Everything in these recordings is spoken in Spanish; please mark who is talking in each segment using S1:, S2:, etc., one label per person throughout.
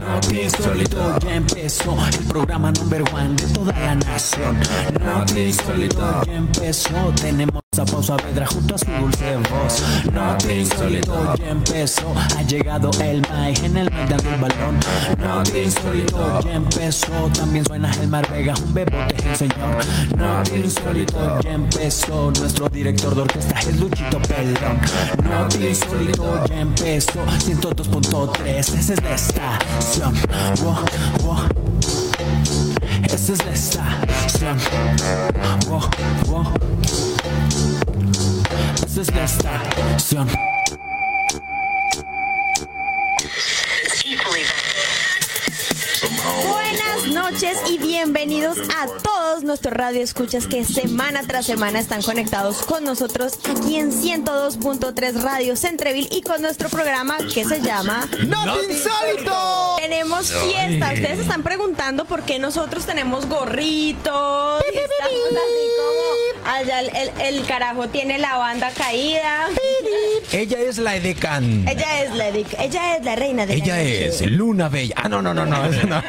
S1: No insólito, ya empezó el programa number one de toda la nación. No te insólito, ya empezó. Tenemos a Pausa Vedra junto a su dulce voz. No te insólito, ya empezó. Ha llegado el Mike en el medio del balón. No te insólito, ya empezó. También suena el Mar Vega, un bebote es el señor. No te insólito, ya empezó. Nuestro director de orquesta es Luchito Pelón. No te insólito, ya empezó. 102.3, esa es la estación. Wow, wow. Esa es la estación. Wow, wow. Esa es la estación.
S2: Buenas noches y bienvenidos a todos nuestros radioescuchas que semana tras semana están conectados con nosotros aquí en 102.3 Radio Centreville y con nuestro programa que se llama
S3: ¡No insólito!
S2: Tenemos fiesta. Ustedes se están preguntando por qué nosotros tenemos gorritos. y estamos así como allá el, el- el carajo tiene la banda caída.
S3: Ella es la edecán.
S2: Ella es la edic- ella es la reina de la
S3: Ella
S2: noche.
S3: es Luna Bella. Ah, no, no, no, no. esa no.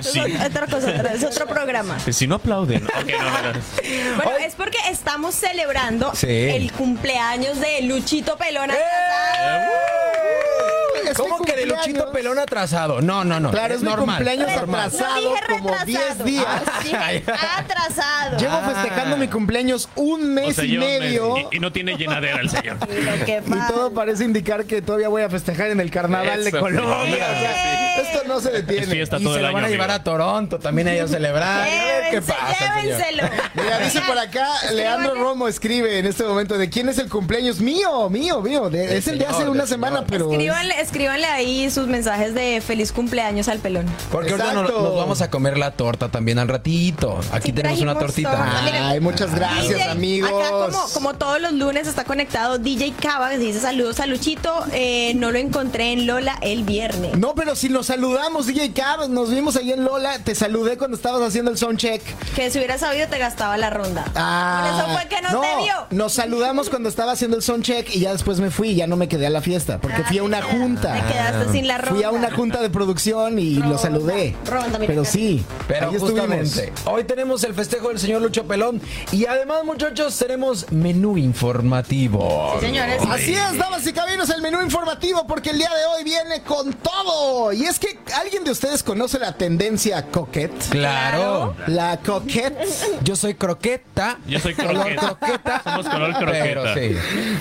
S2: Eso es otra cosa, otra- es otro programa.
S4: Eh, Si no aplauden. Ok, no, no, no.
S2: Bueno, es porque estamos celebrando
S3: Sí.
S2: el cumpleaños de Luchito Pelón.
S5: ¡Eh! Es mi
S3: ¿Cómo que de
S5: cumpleaños.
S3: Luchito Pelón atrasado? No, no, no.
S5: Claro, es mi
S3: normal.
S5: cumpleaños
S2: No
S5: atrasado
S2: dije
S5: como
S2: retrasado.
S5: 10 días.
S2: Ah, dije atrasado.
S5: Llevo
S4: Ah.
S5: festejando mi cumpleaños un
S4: O
S5: mes
S4: sea,
S5: y
S4: lleva un mes
S5: medio.
S4: y- y no tiene llenadera el señor.
S2: Lo que
S5: Y
S2: pasa.
S5: todo parece indicar que todavía voy a festejar en el carnaval de
S4: Eso.
S5: Colombia. O sea, esto no se
S4: Es
S5: detiene.
S4: fiesta
S3: Y
S4: todo
S3: se
S4: el
S3: lo
S4: año.
S3: van a llevar
S4: amigo.
S3: a Toronto también a ellos celebrar.
S2: Llévense-
S3: ¿Qué pasa, señor?
S2: llévenselo.
S5: Mira, dice por acá, Leandro Romo escribe en este momento de quién es el cumpleaños mío, mío, mío. De- es el de hace
S3: señor,
S5: una
S3: del
S5: semana,
S3: señor.
S5: pero.
S2: Escríbanle, escríbanle ahí sus mensajes de feliz cumpleaños al pelón.
S3: Porque ahorita nos,
S5: Exacto.
S3: nos vamos a comer la torta también al ratito. Aquí
S2: Sí,
S3: tenemos una
S2: trajimos
S3: tortita.
S2: torta.
S5: Ay, muchas gracias,
S2: DJ,
S5: amigos.
S2: Acá como, como todos los lunes está conectado DJ Cava, que dice saludos a Luchito. Eh, no lo encontré en Lola el viernes.
S5: No, pero si nos saludamos, DJ Cab, nos vimos ahí en Lola, te saludé cuando estabas haciendo el soundcheck.
S2: Que si hubiera sabido te gastaba la ronda.
S5: Ah,
S2: Por eso fue que no, te vio.
S5: Nos saludamos cuando estaba haciendo el soundcheck y ya después me fui, ya no me quedé a la fiesta, porque fui a una
S2: Te
S5: junta.
S2: quedaste sin la ronda.
S5: Fui a una junta de producción y lo saludé.
S2: Ronda, mira
S5: Pero
S2: acá.
S5: sí,
S3: Pero
S5: ahí estuvimos.
S3: justamente, hoy tenemos el festejo del señor Lucho Pelón y además, muchachos, tenemos menú informativo.
S2: Señores,
S5: Así es, damas y caballeros, el menú informativo porque el día de hoy viene con todo. Y es que alguien de ustedes conoce la tendencia coquette.
S3: Claro.
S5: La coquette.
S3: Yo soy croqueta.
S4: Yo soy
S3: Color
S4: croqueta. Somos color croqueta.
S3: Pero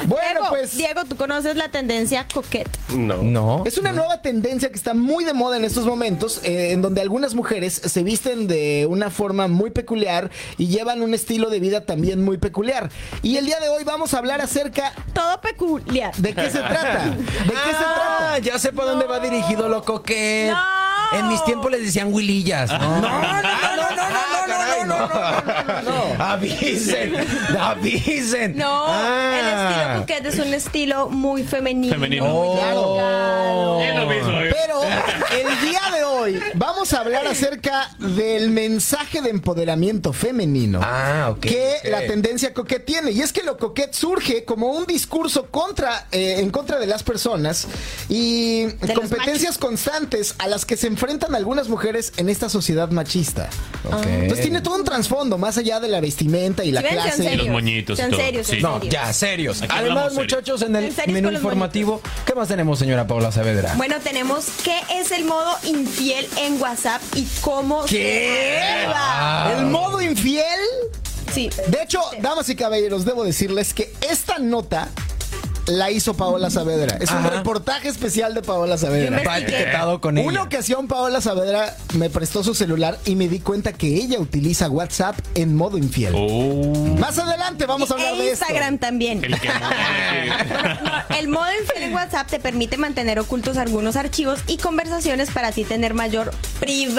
S5: Bueno,
S2: Diego,
S5: pues
S2: Diego, tú conoces la tendencia coquette.
S3: sí. No.
S5: Es una nueva tendencia que está muy de moda en estos momentos, eh, en donde algunas mujeres se visten de una forma muy peculiar y llevan un estilo de vida también muy peculiar. Y el día de hoy vamos a hablar acerca
S2: Todo peculiar.
S5: de qué se trata. ¿De qué
S3: Ah, ya sé para dónde va dirigido lo coquet.
S2: No.
S3: En mis tiempos les decían huilillas. No, no, no, no, no, no, no, no, no. Avisen, avisen.
S2: No,
S3: Ah.
S2: el estilo coquette es un estilo muy femenino.
S4: Femenino.
S2: muy
S3: Oh.
S2: delgado.
S4: Es lo mismo. ¿eh?
S5: se
S4: amigo.
S5: trata? Pero el día de hoy vamos a hablar acerca del mensaje de empoderamiento femenino.
S3: Ah, ok.
S5: que
S3: ok.
S5: la tendencia coquet tiene. Y es que lo coquet surge como un discurso contra, eh, en contra de las personas y
S2: los
S5: competencias constantes a las que se enfrentan algunas mujeres en esta sociedad machista. Ah.
S3: Ok.
S5: Entonces tiene todo un trasfondo, más allá de la vestimenta y la
S2: Sí, ven, sean
S5: clase.
S2: serios.
S4: Y los moñitos y
S2: Sean
S4: todo.
S2: serios, sean
S4: Sí.
S3: No,
S2: serios.
S3: ya, serios.
S4: Aquí
S3: Además,
S4: hablamos serio.
S3: muchachos, en
S2: En
S3: el
S2: serios
S3: menú
S2: con los
S3: informativo, ¿qué más tenemos, señora Paula Saavedra?
S2: Bueno, tenemos qué es el modo infiel en WhatsApp y cómo
S3: ¿Qué?
S2: se lleva.
S3: Ah.
S5: El modo infiel.
S2: Sí.
S5: De hecho, damas y caballeros, debo decirles que esta nota la hizo Paola Saavedra. Es un
S3: Ajá.
S5: reportaje especial de Paola Saavedra.
S3: Va etiquetado con ella.
S5: Una ocasión Paola Saavedra me prestó su celular y me di cuenta que ella utiliza WhatsApp en modo infiel.
S4: Oh,
S5: Más adelante vamos a hablar
S2: e
S5: de
S2: Instagram también.
S4: el que muere.
S2: El modo infiel en WhatsApp te permite mantener ocultos algunos archivos y conversaciones para así tener mayor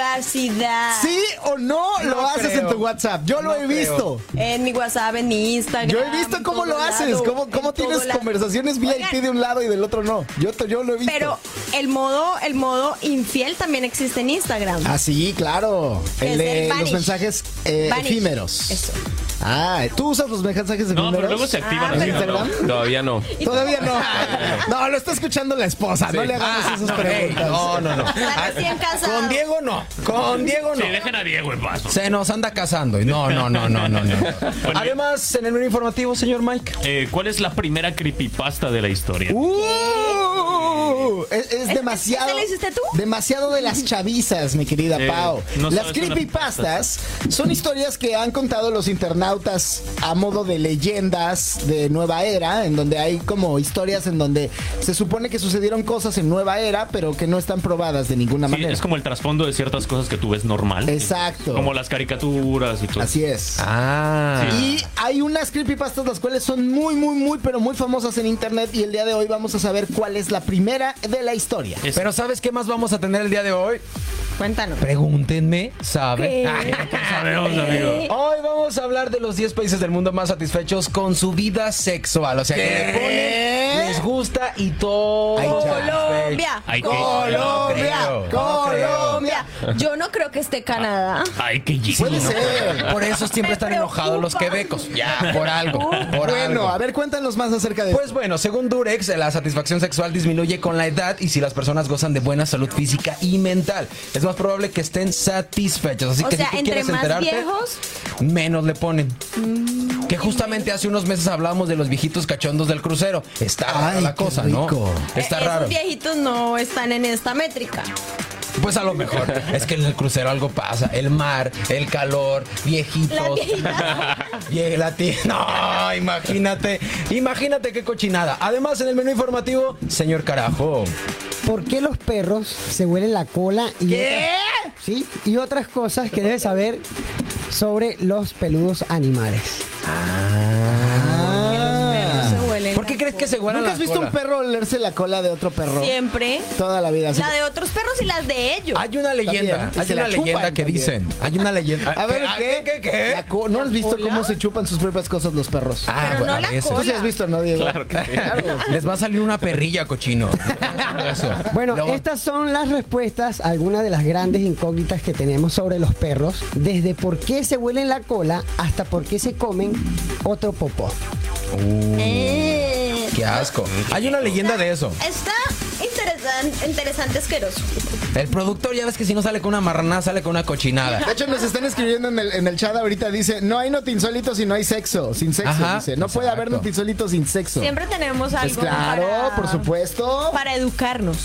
S2: privacidad.
S5: esto. ¿Sí o no, lo
S3: No
S5: haces
S3: creo.
S5: en tu WhatsApp? Yo lo
S3: No
S5: he
S3: creo.
S5: visto.
S2: En mi WhatsApp, en mi Instagram.
S5: Yo he visto
S2: en
S5: cómo
S2: todo
S5: lo haces,
S2: lado,
S5: cómo, cómo
S2: en todo
S5: tienes
S2: lado.
S5: conversaciones VIP
S2: Oigan,
S5: de un lado y del otro no. Yo, te- yo lo he visto.
S2: Pero el modo, el modo infiel también existe en Instagram.
S5: Ah, sí, claro.
S2: Es
S5: El de
S2: el
S5: los
S2: vanish.
S5: mensajes eh,
S2: Vanish.
S5: efímeros.
S2: Eso.
S5: Ah, ¿tú usas los mensajes efímeros?
S4: No, pero luego se activan
S2: Ah,
S4: así,
S5: ¿En Instagram?
S4: ¿no?
S6: Todavía no.
S5: Todavía no. No, lo está escuchando la esposa. No le hagamos
S3: Ah,
S5: esas
S3: no, hey,
S5: preguntas.
S3: no, no, no.
S2: Está recién casado.
S3: Con Diego no. Con Diego no.
S4: Sí, dejen a Diego en paz.
S3: Ah. Se nos anda casando. Y No, no, no, no, no, no.
S4: Bueno,
S3: Además, en el informativo, señor Mike.
S4: eh, ¿Cuál es la primera creepypasta de la historia?
S5: Uh, es, es
S2: ¿Es-
S5: demasiado.
S2: ese lo hiciste tú?
S5: Demasiado de las chavizas, mi querida
S4: Eh,
S5: Pau.
S4: no
S5: las
S4: sabes una-
S5: creepypastas son historias que han contado los internautas a modo de leyendas de nueva era, en donde hay como historias en donde se supone que sucedieron cosas en nueva era, pero que no están probadas de ninguna
S4: Sí,
S5: manera.
S4: es como el trasfondo de ciertas cosas que tú ves normal.
S5: Exacto.
S4: Como las caricaturas y todo.
S5: Así es.
S3: Ah.
S5: Y hay unas creepypastas las cuales son muy, muy, muy, pero muy famosas en internet y el día de hoy vamos a saber cuál es la primera de la historia.
S4: Es-
S3: Pero ¿sabes qué más vamos a tener el día de hoy?
S2: Cuéntanos.
S3: Pregúntenme, ¿sabe?
S2: ¿Qué?
S4: sabemos, amigo.
S3: Hoy vamos a hablar de los 10 países del mundo más satisfechos con su vida sexual. O sea, que le ponen, les gusta y todo.
S5: Ay, ya.
S2: Colombia.
S4: Ay, qué-
S5: Colombia,
S3: No creo, no
S5: Colombia.
S2: Colombia. Yo no creo que esté Canadá.
S4: Ay, qué chido.
S5: Puede ser.
S3: Por eso siempre
S2: Me
S3: están
S2: preocupa.
S3: enojados los quebecos. Ya, por algo. Por
S5: Uh, Bueno,
S3: algo.
S5: a ver, cuéntanos más acerca de
S3: Pues bueno, según Durex, la satisfacción sexual disminuye con la edad y si las personas gozan de buena salud física y mental, es más probable que estén satisfechos. Así
S2: O
S3: que
S2: sea,
S3: si tú
S2: entre
S3: quieres
S2: más
S3: enterarte,
S2: viejos- Mm,
S3: menos le ponen. Que justamente hace unos meses hablábamos de los viejitos cachondos del crucero. Está rara
S5: Ay,
S3: la
S5: qué
S3: cosa,
S5: rico.
S3: ¿no? Está
S2: Eh,
S3: raro.
S2: Esos viejitos no están en esta métrica.
S3: Pues a lo mejor. Es que en el crucero algo pasa. El mar, el calor,
S2: Las
S3: viejitos.
S2: viejitas.
S3: Llega la tía. No, imagínate. Imagínate qué cochinada. Además, en el menú informativo, señor carajo.
S7: ¿Por qué los perros se huelen la cola y Otras, sí, y otras cosas que debes saber sobre los peludos animales?
S2: No se huelen.
S3: ¿Por qué crees que se
S5: esto.
S3: guardan
S5: ¿Nunca has
S3: las
S5: visto un
S3: colas?
S5: perro olerse la cola de otro perro?
S2: Siempre.
S5: Toda la vida. así.
S2: La de otros perros y las de ellos.
S3: Hay una leyenda,
S5: También, y
S3: hay
S5: se
S3: una
S5: la chupan
S3: leyenda que
S5: también.
S3: dicen. Hay una leyenda.
S5: A ver, ¿qué?
S3: ¿Qué? ¿Qué?
S5: La co- ¿No has visto cómo se chupan sus propias cosas los perros?
S3: Ah,
S2: Pero
S3: bueno,
S2: no la
S3: a veces.
S5: Tú
S2: cola.
S5: sí has visto, ¿no, Diego?
S4: Claro que sí.
S3: Les va a salir una perrilla, cochino. Eso.
S7: Bueno,
S3: Luego-
S7: estas son las respuestas a algunas de las grandes incógnitas que tenemos sobre los perros, desde por qué se huelen la cola hasta por qué se comen otro popó.
S2: Eh,
S3: Uh, Qué asco. Hay una leyenda de eso.
S2: Está interesante, interesante asqueroso.
S3: El productor ya ves que si no sale con una marranada, sale con una cochinada.
S5: De hecho, nos están escribiendo en el, en el chat ahorita. Dice: No hay notinsolito si no hay sexo. Sin sexo,
S3: Ajá,
S5: dice. No puede haber
S3: exacto.
S5: notinsolito sin sexo.
S2: Siempre tenemos
S5: Pues
S2: algo.
S5: claro,
S2: para-
S5: por supuesto.
S2: Para educarnos.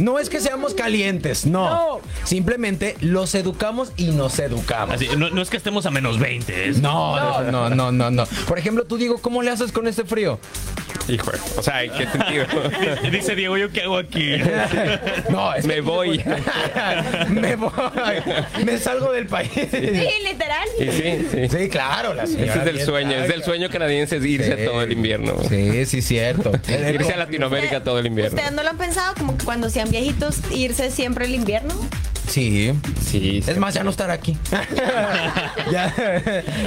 S3: No es que seamos calientes, no. Simplemente los educamos y nos educamos.
S4: Así, no, no es que estemos a menos 20. es-
S3: No, no, no, no, no. Por ejemplo, tú digo, ¿cómo le haces con este frío?
S6: Híjole. O sea, ¿en qué sentido?
S4: Dice Diego, ¿yo qué hago aquí?
S3: No, es
S6: Me voy.
S3: me voy, me salgo del país.
S2: Sí, literal.
S6: Y sí, sí.
S3: Sí, claro, la señora.
S6: Ese es el
S3: bien
S6: sueño, es el
S3: larga.
S6: sueño canadiense es irse
S3: Sí.
S6: todo el invierno.
S3: Sí, sí, cierto.
S6: Irse a Latinoamérica todo el invierno.
S2: ¿Ustedes no lo han pensado? Como que cuando sean viejitos, irse siempre el invierno.
S3: Sí.
S6: Sí, sí.
S3: Es más, ya no estar aquí. ya.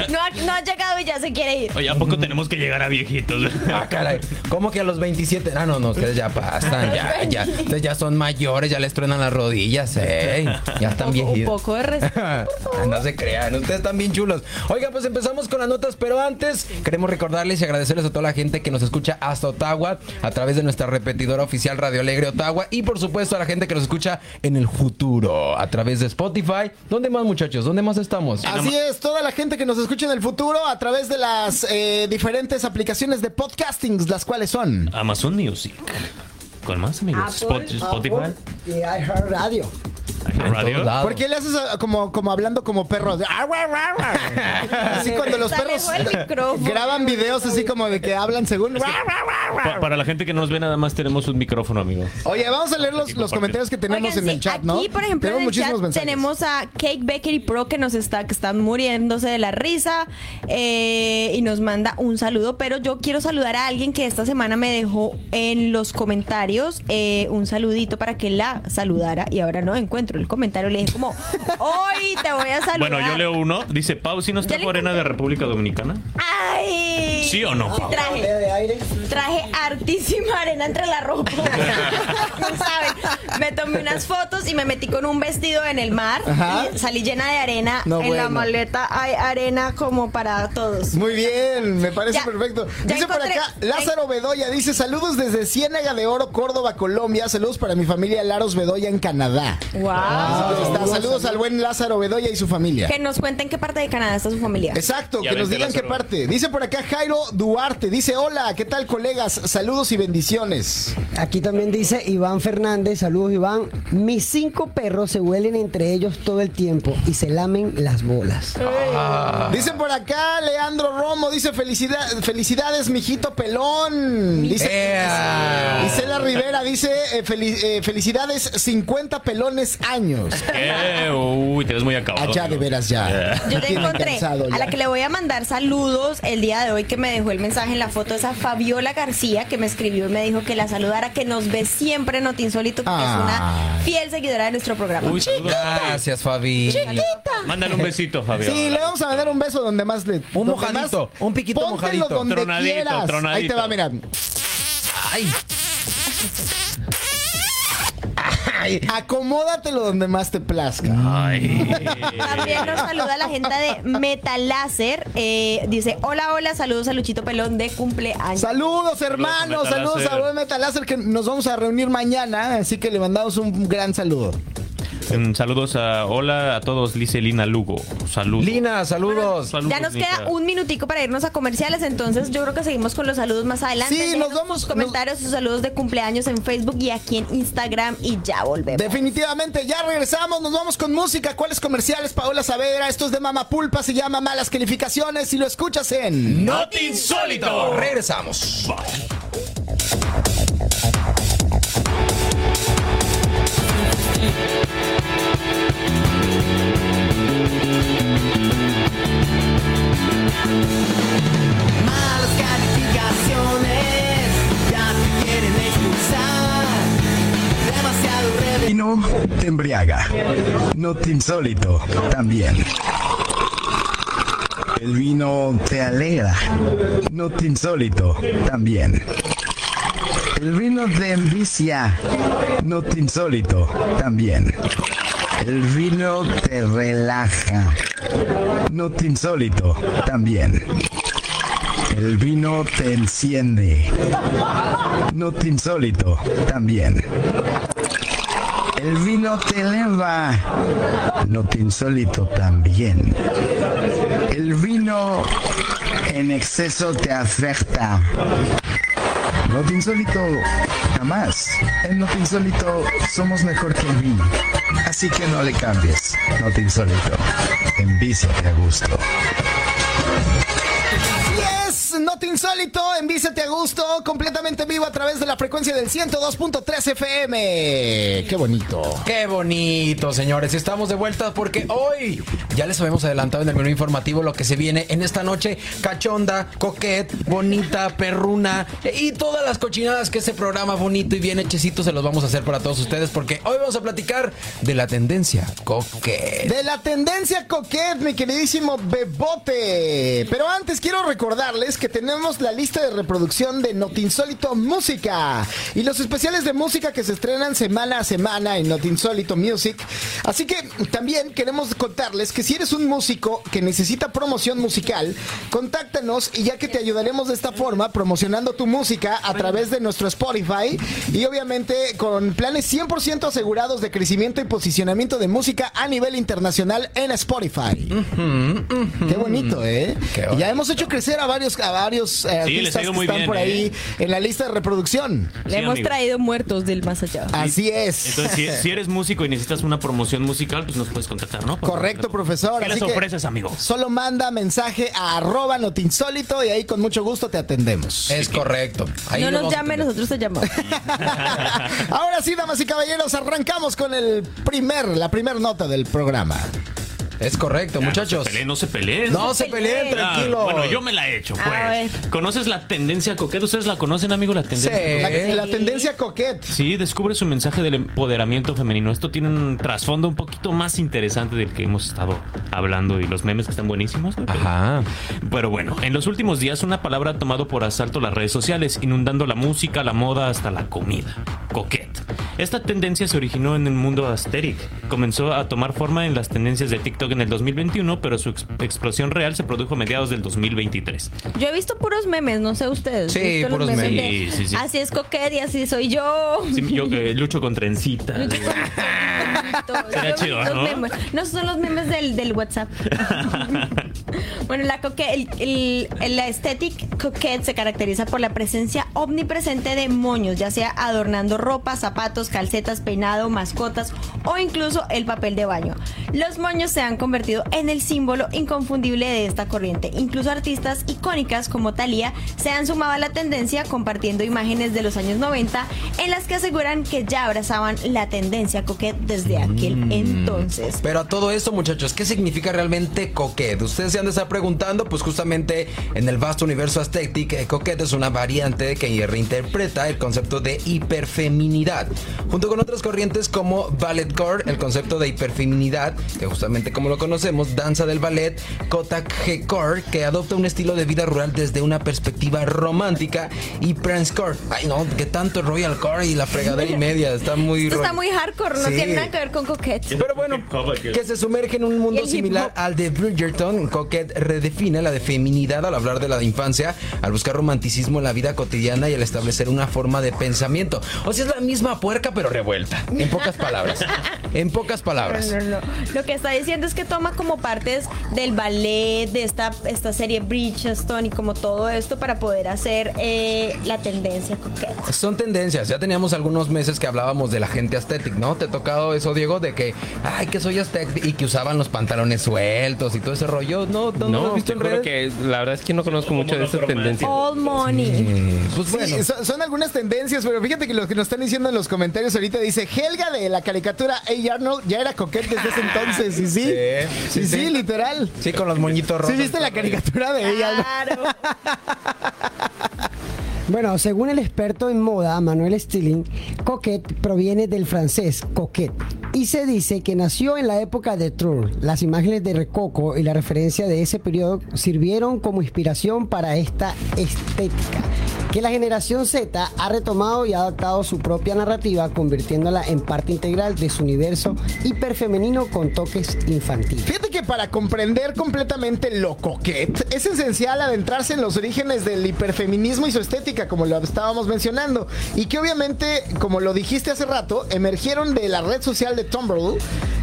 S2: No ha, no ha llegado y ya se quiere ir.
S4: Oye, ¿a poco tenemos que llegar a viejitos?
S3: Ah, caray. ¿Cómo que a los 27? Ah, no, no, ustedes ya pasan, ya, ya. Ustedes ya son mayores, ya les truenan las rodillas, ey. Ya están
S2: Un poco- un
S3: viejitos.
S2: poco de respeto.
S3: Ah, No se crean, ustedes están bien chulos. Oiga, pues empezamos con las notas, pero antes queremos recordarles y agradecerles a toda la gente que nos escucha hasta Ottawa a través de nuestra repetidora oficial Radio Alegre Ottawa y por supuesto a la gente que nos escucha en el futuro a través de Spotify. ¿Dónde más muchachos? ¿Dónde más estamos?
S5: Así es, toda la gente que nos escucha en el futuro a través de las eh, diferentes aplicaciones de podcastings, las cuales son.
S4: Amazon Music. ¿Con más amigos? Spot- Spotify.
S7: y iHeartRadio.
S3: En
S4: Radio.
S3: todos lados.
S5: ¿Por qué le haces a- como, como hablando como "Ah, perros? Así cuando los
S2: Se alejó
S5: perros
S2: el micrófono.
S5: graban videos así como de que hablan según.
S4: Pa- para la gente que no nos ve, nada más tenemos un micrófono, amigo.
S5: Oye, vamos a leer los, los comentarios que tenemos
S2: Oigan,
S5: en
S2: sí,
S5: el chat, ¿no?
S2: Aquí, por ejemplo,
S5: tenemos
S2: en el chat
S5: muchísimos mensajes.
S2: tenemos a Cake Bakery Pro que nos está, que están muriéndose de la risa eh, y nos manda un saludo. Pero yo quiero saludar a alguien que esta semana me dejó en los comentarios eh, un saludito para que la saludara y ahora no encuentro el comentario. Le dije como, hoy te voy a saludar.
S4: Bueno, yo leo uno. Dice, Pau, si no está
S2: Ya le
S4: morena de República Dominicana?
S2: ¡Ay!
S4: ¿Sí o no, Pau?
S2: Traje,
S7: de aire.
S2: traje hartísima arena entre la ropa. no saben. Me tomé unas fotos y me metí con un vestido en el mar.
S5: Ajá.
S2: Y salí llena de arena.
S5: No,
S2: en la
S5: bueno.
S2: maleta hay arena como para todos.
S5: Muy bien, me parece
S2: Ya,
S5: perfecto.
S2: ya
S5: Dice por
S2: encontré-
S5: acá Lázaro Bedoya, dice saludos desde Ciénaga de Oro, Córdoba, Colombia. Saludos para mi familia Laros Bedoya en Canadá.
S2: Wow. Ah.
S5: Ahí Ah, pues está, Saludos al buen Lázaro Bedoya y su familia.
S2: Que nos cuenten qué parte de Canadá está su familia.
S5: Exacto,
S4: Ya
S5: que nos
S4: vente,
S5: digan qué
S4: Lázaro.
S5: parte. Dice por acá Jairo Duarte, dice hola, ¿qué tal colegas? Saludos y bendiciones.
S7: Aquí también dice Iván Fernández, saludos Iván. Mis cinco perros se huelen entre ellos todo el tiempo y se lamen las bolas.
S5: Dice por acá Leandro Romo, dice felicidad, felicidades, mijito pelón. Dice
S3: ¡Ea!
S5: Isela Rivera, dice eh, feli- eh, felicidades, 50 pelones años.
S4: ¿Qué? Uy, te ves muy acabado.
S5: Ah, ya, de
S4: amigo.
S5: veras, ya.
S2: Yo
S5: Me
S2: te
S5: tienen
S2: encontré
S5: cansado ya.
S2: a la que le voy a mandar saludos el día de hoy que me dejó el mensaje en la foto es a Fabiola García que me escribió y me dijo que la saludara, que nos ve siempre en Noti Insólito porque es una
S5: Ay.
S2: fiel seguidora de nuestro programa.
S4: Uy, saludos.
S3: Gracias, Fabi.
S4: Mándale un besito, Fabio.
S5: Sí, le vamos a mandar un beso donde más le.
S3: Un
S5: donde
S3: mojadito,
S5: más-
S3: un piquito
S5: póntelo
S3: mojadito.
S5: donde
S4: Tronadito,
S5: quieras. Ahí te
S4: tronadito.
S5: va, mira.
S3: Ay,
S5: Acomódatelo donde más te plazca.
S4: Ay.
S2: También nos saluda la gente de Metaláser. Eh, dice, hola, hola, saludos a Luchito Pelón de cumpleaños.
S5: Saludos, hermanos.
S4: Saludos
S5: Saludos a
S4: a Metalacer.
S5: buen Metalacer que nos vamos a reunir mañana. Así que le mandamos un gran saludo.
S4: Mm, Saludos a. Hola a todos, Lice Lina Lugo. Saludos.
S3: Lina, saludos.
S4: Saludos,
S2: ya nos
S4: Nica.
S2: queda un minutico para irnos a comerciales, entonces yo creo que seguimos con los saludos más adelante.
S5: Sí, nos
S2: Déjenos
S5: vamos-
S2: Sus comentarios, sus saludos de cumpleaños en Facebook y aquí en Instagram y ya volvemos.
S5: Definitivamente, ya regresamos. Nos vamos con música. ¿Cuáles comerciales? Paola Saavedra. Esto es de Mama Pulpa. Se llama Malas Calificaciones. Y lo escuchas en.
S3: ¡Not insólito! Regresamos.
S8: Malas calificaciones, ya te quieren expulsar. Demasiado breve.
S9: no te embriaga. No te insólito también. El vino te alegra. No te insólito también. El vino te envicia. No te insólito también. El vino te relaja. No te insólito también. El vino te enciende. No te insólito también. El vino te eleva, no te insólito también. El vino en exceso te afecta. No te insólito, jamás. En no te insólito somos mejor que el vino. Así que no le cambies, no te insólito. Envíciate a gusto.
S5: Yes, Not Insólito, envícete a gusto, completamente vivo a través de la frecuencia del 102.3 FM. Qué bonito.
S3: Qué bonito, señores. Estamos de vuelta porque hoy ya les habíamos adelantado en el menú informativo lo que se viene en esta noche. Cachonda, coquet, bonita, perruna y todas las cochinadas que ese programa bonito y bien hechecito se los vamos a hacer para todos ustedes porque hoy vamos a platicar de la tendencia coquet.
S5: De la tendencia coquet, mi queridísimo Bebote. Pero antes quiero recordarles que tenemos la lista de reproducción de Notinsólito Música y los especiales de música que se estrenan semana a semana en Notinsólito Music. Así que también queremos contarles que si eres un músico que necesita promoción musical, contáctanos y ya que te ayudaremos de esta forma promocionando tu música a través de nuestro Spotify y obviamente con planes 100% asegurados de crecimiento y posicionamiento de música a nivel internacional en Spotify. Qué bonito, ¿eh?
S3: Qué
S5: Y
S3: bonito.
S5: Ya hemos hecho crecer a varios, a varios eh,
S4: Sí, les ha
S5: artistas
S4: ido
S5: que
S4: muy
S5: están
S4: bien,
S5: por
S4: ¿eh?
S5: ahí en la lista de reproducción.
S2: Le
S4: Sí,
S2: hemos
S4: amigo.
S2: traído muertos del más allá.
S3: Ah,
S5: Así es.
S4: Entonces, si, si eres músico y necesitas una promoción musical, pues nos puedes contactar, ¿no?
S5: Correcto, profesor.
S4: ¿Qué
S5: Así
S4: las
S5: que
S4: ofreces, amigo?
S5: Solo manda mensaje a arroba notinsólito y ahí con mucho gusto te atendemos.
S3: Es correcto. Ahí
S2: no
S3: lo
S2: nos
S3: vamos a
S2: llame,
S3: tener.
S2: nosotros te llamamos.
S5: Ahora sí, damas y caballeros, arrancamos con el primer, la primera nota del programa.
S3: Es correcto,
S4: Ya,
S3: muchachos.
S4: No se peleen, no se peleen.
S3: No se peleen,
S4: Ah,
S3: tranquilo.
S4: Bueno, yo me la he hecho,
S2: A
S4: pues.
S2: ver.
S4: ¿Conoces la tendencia coqueta? ¿Ustedes la conocen, amigo? La
S3: Sí.
S4: tendencia coqueta?
S5: La, la tendencia coquette.
S4: Sí, descubre su mensaje del empoderamiento femenino. Esto tiene un trasfondo un poquito más interesante del que hemos estado hablando y los memes que están buenísimos. ¿no?
S3: Ajá.
S4: Pero bueno, en los últimos días una palabra ha tomado por asalto las redes sociales, inundando la música, la moda, hasta la comida. Coquette. Esta tendencia se originó en el mundo asteric. Comenzó a tomar forma en las tendencias de TikTok en el 2021, pero su ex- explosión real se produjo a mediados del 2023.
S2: Yo he visto puros memes, no sé ustedes.
S3: Sí,
S2: He visto los
S3: puros
S2: de,
S4: memes. Sí, sí, sí.
S2: Así es coquet y así soy yo.
S4: Sí, yo eh, lucho con trencita.
S2: Todos.
S4: Será
S2: Yo
S4: chido,
S2: los
S4: ¿no?
S2: memes. No esos son los memes del, del WhatsApp. bueno, la coque, el, el- el- la estética coquette se caracteriza por la presencia omnipresente de moños, ya sea adornando ropa, zapatos, calcetas, peinado, mascotas o incluso el papel de baño. Los moños se han convertido en el símbolo inconfundible de esta corriente. Incluso artistas icónicas como Thalía se han sumado a la tendencia compartiendo imágenes de los años 90 en las que aseguran que ya abrazaban la tendencia coquette desde aquel entonces.
S3: Pero a todo esto, muchachos, ¿qué significa realmente coquet? Ustedes se han de estar preguntando, pues justamente en el vasto universo aztec, eh, coquet es una variante que reinterpreta el concepto de hiperfeminidad, junto con otras corrientes como balletcore, el concepto de hiperfeminidad, que justamente como lo conocemos, danza del ballet, cottagecore, que adopta un estilo de vida rural desde una perspectiva romántica, y prancecore. Ay, no, que tanto royal core y la fregadera y media, está muy
S2: Esto está
S3: ro-
S2: muy hardcore, no
S3: Sí.
S2: tiene nada que ver con coquette.
S3: Pero bueno, que se sumerge en un
S2: Y
S3: mundo
S2: el hip
S3: similar
S2: hop.
S3: al de Bridgerton, Coquette redefine la de feminidad al hablar de la infancia, al buscar romanticismo en la vida cotidiana y al establecer una forma de pensamiento. O sea, es la misma puerca pero revuelta, en pocas palabras. En pocas palabras.
S2: No, no, no. Lo que está diciendo es que toma como partes del ballet, de esta, esta serie Bridgestone y como todo esto para poder hacer eh, la tendencia coqueta.
S3: Son tendencias. Ya teníamos algunos meses que hablábamos de la gente aesthetic, ¿no? ¿Te ha tocado eso, Diego? De que, ay, que soy aesthetic y que usaban los pantalones sueltos y todo ese rollo. No, no, no, lo has
S6: No,
S3: visto
S6: te
S3: en
S6: juro
S3: redes?
S6: que la verdad es que no conozco mucho de esas tendencias.
S2: All money.
S3: Eh, pues
S5: Sí,
S3: bueno.
S5: son, son algunas tendencias, pero fíjate que lo que nos están diciendo en los comentarios ahorita dice Helga de la caricatura A. Arnold ya era coquete desde ese entonces, y sí,
S3: Sí, sí,
S5: y sí,
S3: sí.
S5: literal.
S3: Sí, Ah, con los moñitos
S5: ¿Sí
S3: rojos.
S5: viste la caricatura de ella?
S2: Claro.
S7: Bueno, según el experto en moda, Manuel Stilling, coquette proviene del francés coquette y se dice que nació en la época de Tour. Las imágenes de Recoco y la referencia de ese periodo sirvieron como inspiración para esta estética que la generación Z ha retomado y ha adaptado su propia narrativa, convirtiéndola en parte integral de su universo hiperfemenino con toques infantiles.
S5: Fíjate que para comprender completamente lo coquet es esencial adentrarse en los orígenes del hiperfeminismo y su estética, como lo estábamos mencionando, y que obviamente, como lo dijiste hace rato, emergieron de la red social de Tumblr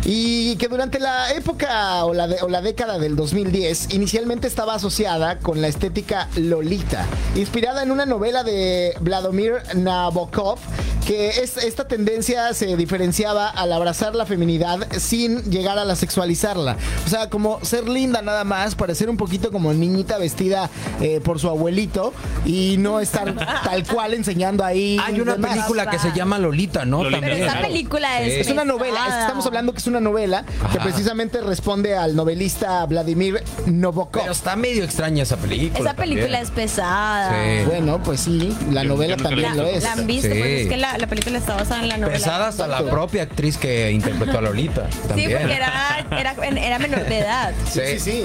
S5: y que durante la época o la, de- o la década del 2010 inicialmente estaba asociada con la estética lolita, inspirada en una novela de Vladimir Nabokov que es- esta tendencia se diferenciaba al abrazar la feminidad sin llegar a la sexualizarla. O sea, como ser linda nada más, parecer un poquito como niñita vestida eh, por su abuelito y no estar tal cual enseñando ahí.
S3: Hay una
S5: demás.
S3: película que se llama Lolita, ¿no?
S4: Lolita.
S2: Pero esta
S4: Claro.
S2: película es.
S5: Es una novela, es que estamos hablando que es una novela que
S3: Ajá.
S5: precisamente responde al novelista Vladimir Nabokov.
S3: Pero está medio extraña esa película.
S2: Esa película
S3: también.
S2: es pesada.
S3: Sí.
S5: Bueno, pues sí, la
S4: Yo-
S5: novela
S4: yo nunca
S5: también
S2: La,
S5: lo es.
S2: la han visto,
S3: Sí.
S2: pues es que la, la película está basada en la novela.
S3: Pesada hasta la
S5: Exacto.
S3: propia actriz que interpretó a Lolita.
S2: Sí,
S3: También.
S2: porque era, era, era menor de edad.
S3: Sí.
S5: Sí, sí, sí.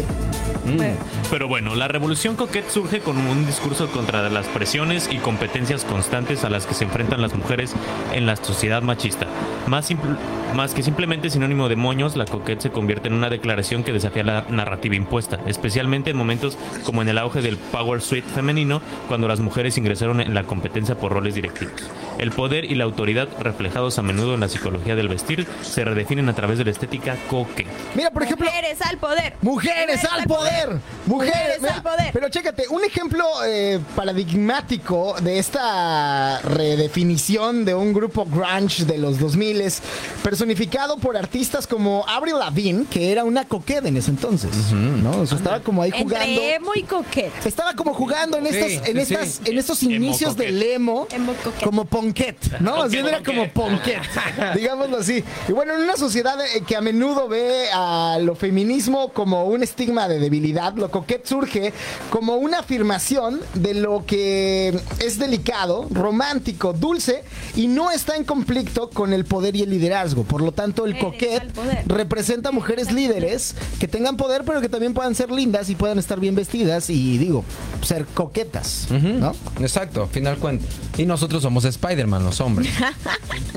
S4: Pero bueno, la revolución coquette surge con un discurso contra las presiones y competencias constantes a las que se enfrentan las mujeres en la sociedad machista. Más, simpl- más que simplemente sinónimo de moños, la coquette se convierte en una declaración que desafía la narrativa impuesta, especialmente en momentos como en el auge del power suite femenino, cuando las mujeres ingresaron en la competencia por roles directivos. El poder y la autoridad, reflejados a menudo en la psicología del vestir, se redefinen a través de la estética coquette.
S5: Mira, por ejemplo,
S2: Mujeres al poder.
S5: Mujeres al poder, mujeres
S2: Mujeres al
S5: al
S2: poder.
S5: poder. Pero chécate, un ejemplo eh, paradigmático de esta redefinición de un grupo grunge de los 2000 infantiles, personificado por artistas como Avril Lavigne, que era una coqueta en ese entonces, ¿no? O sea, estaba como ahí jugando.
S2: Entre emo y coquete.
S5: Estaba como jugando en
S3: Sí,
S5: estas, en
S3: sí,
S5: estas,
S3: sí.
S5: en estos inicios
S4: coquet.
S5: del emo,
S2: Emo coquet.
S5: como ponquet, ¿no? Así
S4: Ponquet,
S5: era como
S4: ponquet.
S5: ponquet, digámoslo así. Y bueno, en una sociedad eh, que a menudo ve a lo feminismo como un estigma de debilidad, lo coquet surge como una afirmación de lo que es delicado, romántico, dulce y no está en conflicto con el poder y el liderazgo. Por lo tanto, el
S2: Eres al
S5: coquet
S2: poder.
S5: representa mujeres líderes que tengan poder, pero que también puedan ser lindas y puedan estar bien vestidas y, digo, ser coquetas, ¿no?
S3: Exacto, final cuenta. Y nosotros somos Spider-Man, los hombres.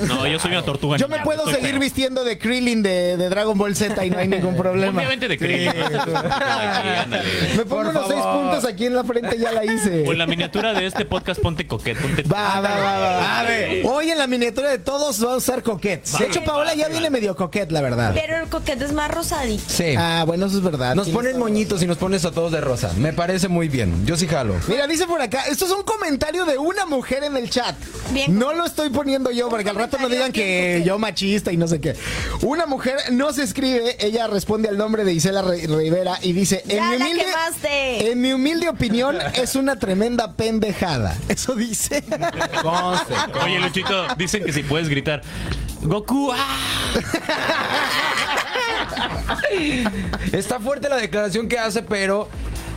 S4: No, yo soy una tortuga.
S5: Yo
S4: ninja,
S5: me puedo
S4: estoy
S5: seguir
S4: feo.
S5: vistiendo de Krillin de, de Dragon Ball Z y no hay ningún problema.
S4: Obviamente de Krillin. Ay, ándale.
S5: Me pongo unos seis puntos aquí en la frente, ya la hice.
S4: O en la miniatura de este podcast ponte coquet, ponte Ah,
S5: Va, va, va, va, va. Hoy en la miniatura de todos vamos a usar coquet. De hecho, Paola ya viene medio coquet, la verdad.
S2: Pero el coquete es más rosadito.
S3: Sí.
S5: Ah, bueno, eso es verdad.
S3: Nos
S5: Tienes
S3: ponen
S5: toda la
S3: moñitos y nos pones a todos de rosa. Me parece muy bien. Yo sí jalo.
S5: Mira, dice por acá, esto es un comentario de una mujer en el chat.
S2: Bien.
S5: No lo estoy poniendo yo porque al rato no
S2: comentario
S5: digan
S2: bien
S5: que
S2: coqueto.
S5: yo machista y no sé qué. Una mujer no se escribe, ella responde al nombre de Isela Re- Rivera y dice,
S2: Ya la quemaste.
S5: en mi humilde opinión es una tremenda pendejada. Eso dice.
S3: Conste.
S4: Oye, Luchito, dicen que si puedes gritar. Goku, ¡ah!
S3: Está fuerte la declaración que hace, pero.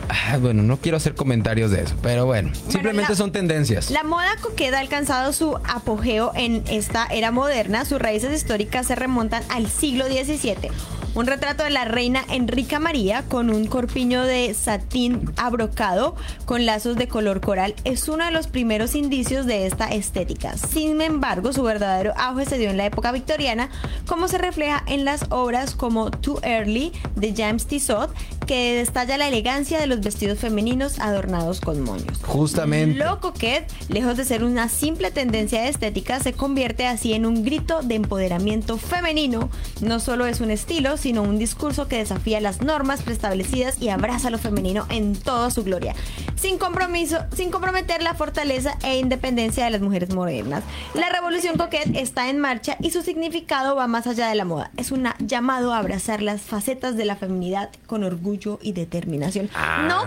S3: ah, Bueno, no quiero hacer comentarios de eso, pero bueno, simplemente
S2: la-
S3: son tendencias.
S2: La moda coqueta ha alcanzado su apogeo en esta era moderna. Sus raíces históricas se remontan al siglo XVII. Un retrato de la reina Enrica María con un corpiño de satín abrocado con lazos de color coral es uno de los primeros indicios de esta estética. Sin embargo, su verdadero auge se dio en la época victoriana, como se refleja en las obras como Too Early de James Tissot, que destalla la elegancia de los vestidos femeninos adornados con moños.
S3: Justamente.
S2: Lo coquet, lejos de ser una simple tendencia estética, se convierte así en un grito de empoderamiento femenino. No solo es un estilo, sino un discurso que desafía las normas preestablecidas y abraza lo femenino en toda su gloria, sin compromiso, sin comprometer la fortaleza e independencia de las mujeres modernas. La revolución coquet está en marcha y su significado va más allá de la moda. Es un llamado a abrazar las facetas de la feminidad con orgullo y determinación. No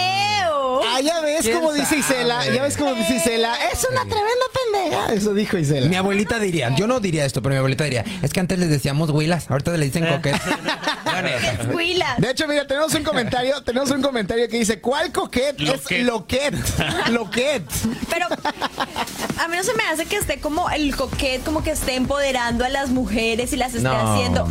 S2: creo.
S5: Ah, ya ves como dice Isela, ya ves como dice Isela, es una tremenda pendeja. Eso dijo
S3: Mi
S5: Isela.
S3: abuelita diría, yo no diría esto, pero mi abuelita diría, es que antes les decíamos huilas, ahorita le
S6: Eh.
S3: dicen coquetas. La neta.
S2: Huila.
S5: De hecho, mira, tenemos un comentario, tenemos un comentario que dice, ¿cuál coquet? Es
S4: Loquet.
S5: loquet. Loquet.
S2: Pero a mí no se me hace que esté como el coquet, como que esté empoderando a las mujeres y las esté
S3: No.
S2: haciendo.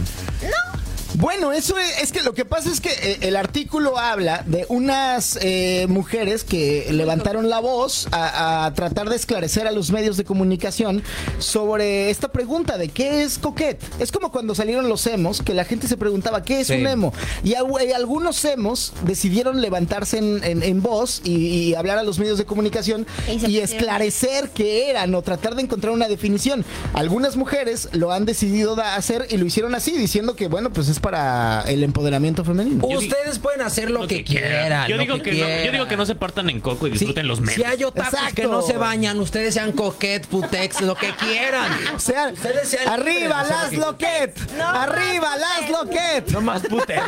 S5: Bueno, eso es, es que lo que pasa es que eh, el artículo habla de unas eh, mujeres que levantaron la voz a, a tratar de esclarecer a los medios de comunicación sobre esta pregunta de qué es coquet. Es como cuando salieron los emos, que la gente se preguntaba qué es
S3: Sí.
S5: un emo. Y a- y algunos emos decidieron levantarse en, en- en voz y, y hablar a los medios de comunicación
S2: Y se
S5: y
S2: pusieron-
S5: esclarecer qué eran o tratar de encontrar una definición. Algunas mujeres lo han decidido da- hacer y lo hicieron así, diciendo que, bueno, pues es para el empoderamiento femenino.
S3: Ustedes pueden hacer lo, que quieran.
S4: Yo
S3: lo
S4: digo que, no, yo digo que no se partan en coco y
S3: Sí,
S4: disfruten los memes.
S3: Si hay otakus
S5: Exacto.
S3: que no se bañan, ustedes sean coquet, putex, lo que quieran.
S5: O sea,
S3: Ustedes sean libres,
S5: arriba
S3: o sea,
S5: las
S3: que-
S5: loquet,
S2: No
S5: arriba las
S2: mames.
S5: loquet.
S3: No más putex.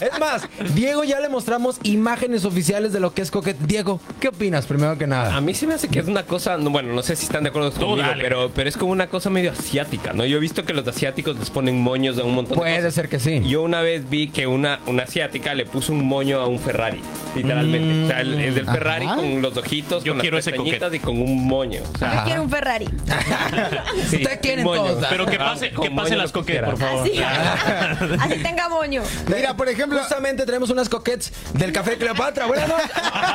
S3: es más, Diego ya le mostramos imágenes oficiales de lo que es coquet. Diego, ¿qué opinas primero que
S6: A
S3: nada?
S6: mí se me hace que es una cosa, no, bueno, no sé si están de acuerdo conmigo,
S4: dale.
S6: pero, pero es como una cosa medio asiática, ¿no? Yo he visto que los asiáticos les ponen moños a un montón de
S3: Puede
S6: cosas.
S3: ser que sí.
S6: Yo una vez vi que una, una asiática le puso un moño a un Ferrari, literalmente. o sea, el, el del Ferrari
S5: Ajá.
S6: con los ojitos,
S4: Yo
S6: con
S4: quiero
S6: las
S4: ese
S6: pestañitas
S4: coquete.
S6: y con un moño. O sea,
S2: Yo quiero un Ferrari.
S6: sí,
S3: Ustedes
S6: un
S3: quieren
S6: moño.
S3: todas.
S4: Pero que pase,
S6: Con
S4: que
S6: moño
S4: pasen
S6: lo
S4: las coquet,
S6: quieran.
S4: por favor.
S2: Así, así tenga moño.
S5: Mira, por ejemplo,
S3: Justamente tenemos unas coquets del Café Cleopatra. Bueno,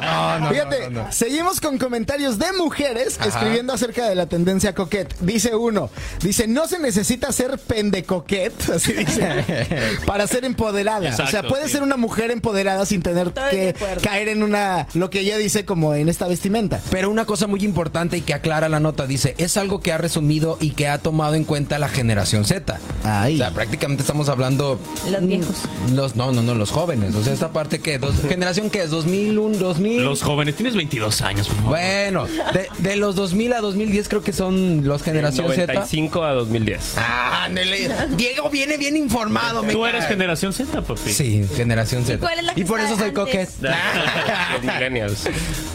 S3: no, no,
S5: Fíjate,
S3: no, no.
S5: seguimos con comentarios de mujeres escribiendo acerca de la tendencia coquet. Dice uno, dice, no se necesita ser pendecoquet, así dice, para ser empoderada. o sea,
S4: Exacto,
S5: puede
S4: sí.
S5: ser una mujer empoderada sin tener
S2: Estoy de
S5: que
S2: acuerdo.
S5: caer en una, lo que ella dice como en esta vestimenta.
S3: Pero una cosa muy importante y que aclara la nota dice, es algo que ha resumido y que ha tomado en cuenta la generación Z.
S5: Ay.
S3: O sea, prácticamente estamos hablando
S2: Los viejos.
S3: los no, no, no, los jóvenes. O sea, esta parte que dos generación que es 2001, 2000.
S4: Los jóvenes, tienes 22 años, por favor.
S3: bueno, de, de los 2000 a 2010 creo que son los generación Z.
S6: 95 a 2010.
S3: Ah, ándele. Diego viene bien informado, me
S4: Tú eres
S3: cae.
S4: generación Z, papi.
S3: Sí, generación Z.
S2: cuál es la que
S3: y por
S2: está
S3: eso soy
S2: antes?
S3: coquet.
S6: Los millennials.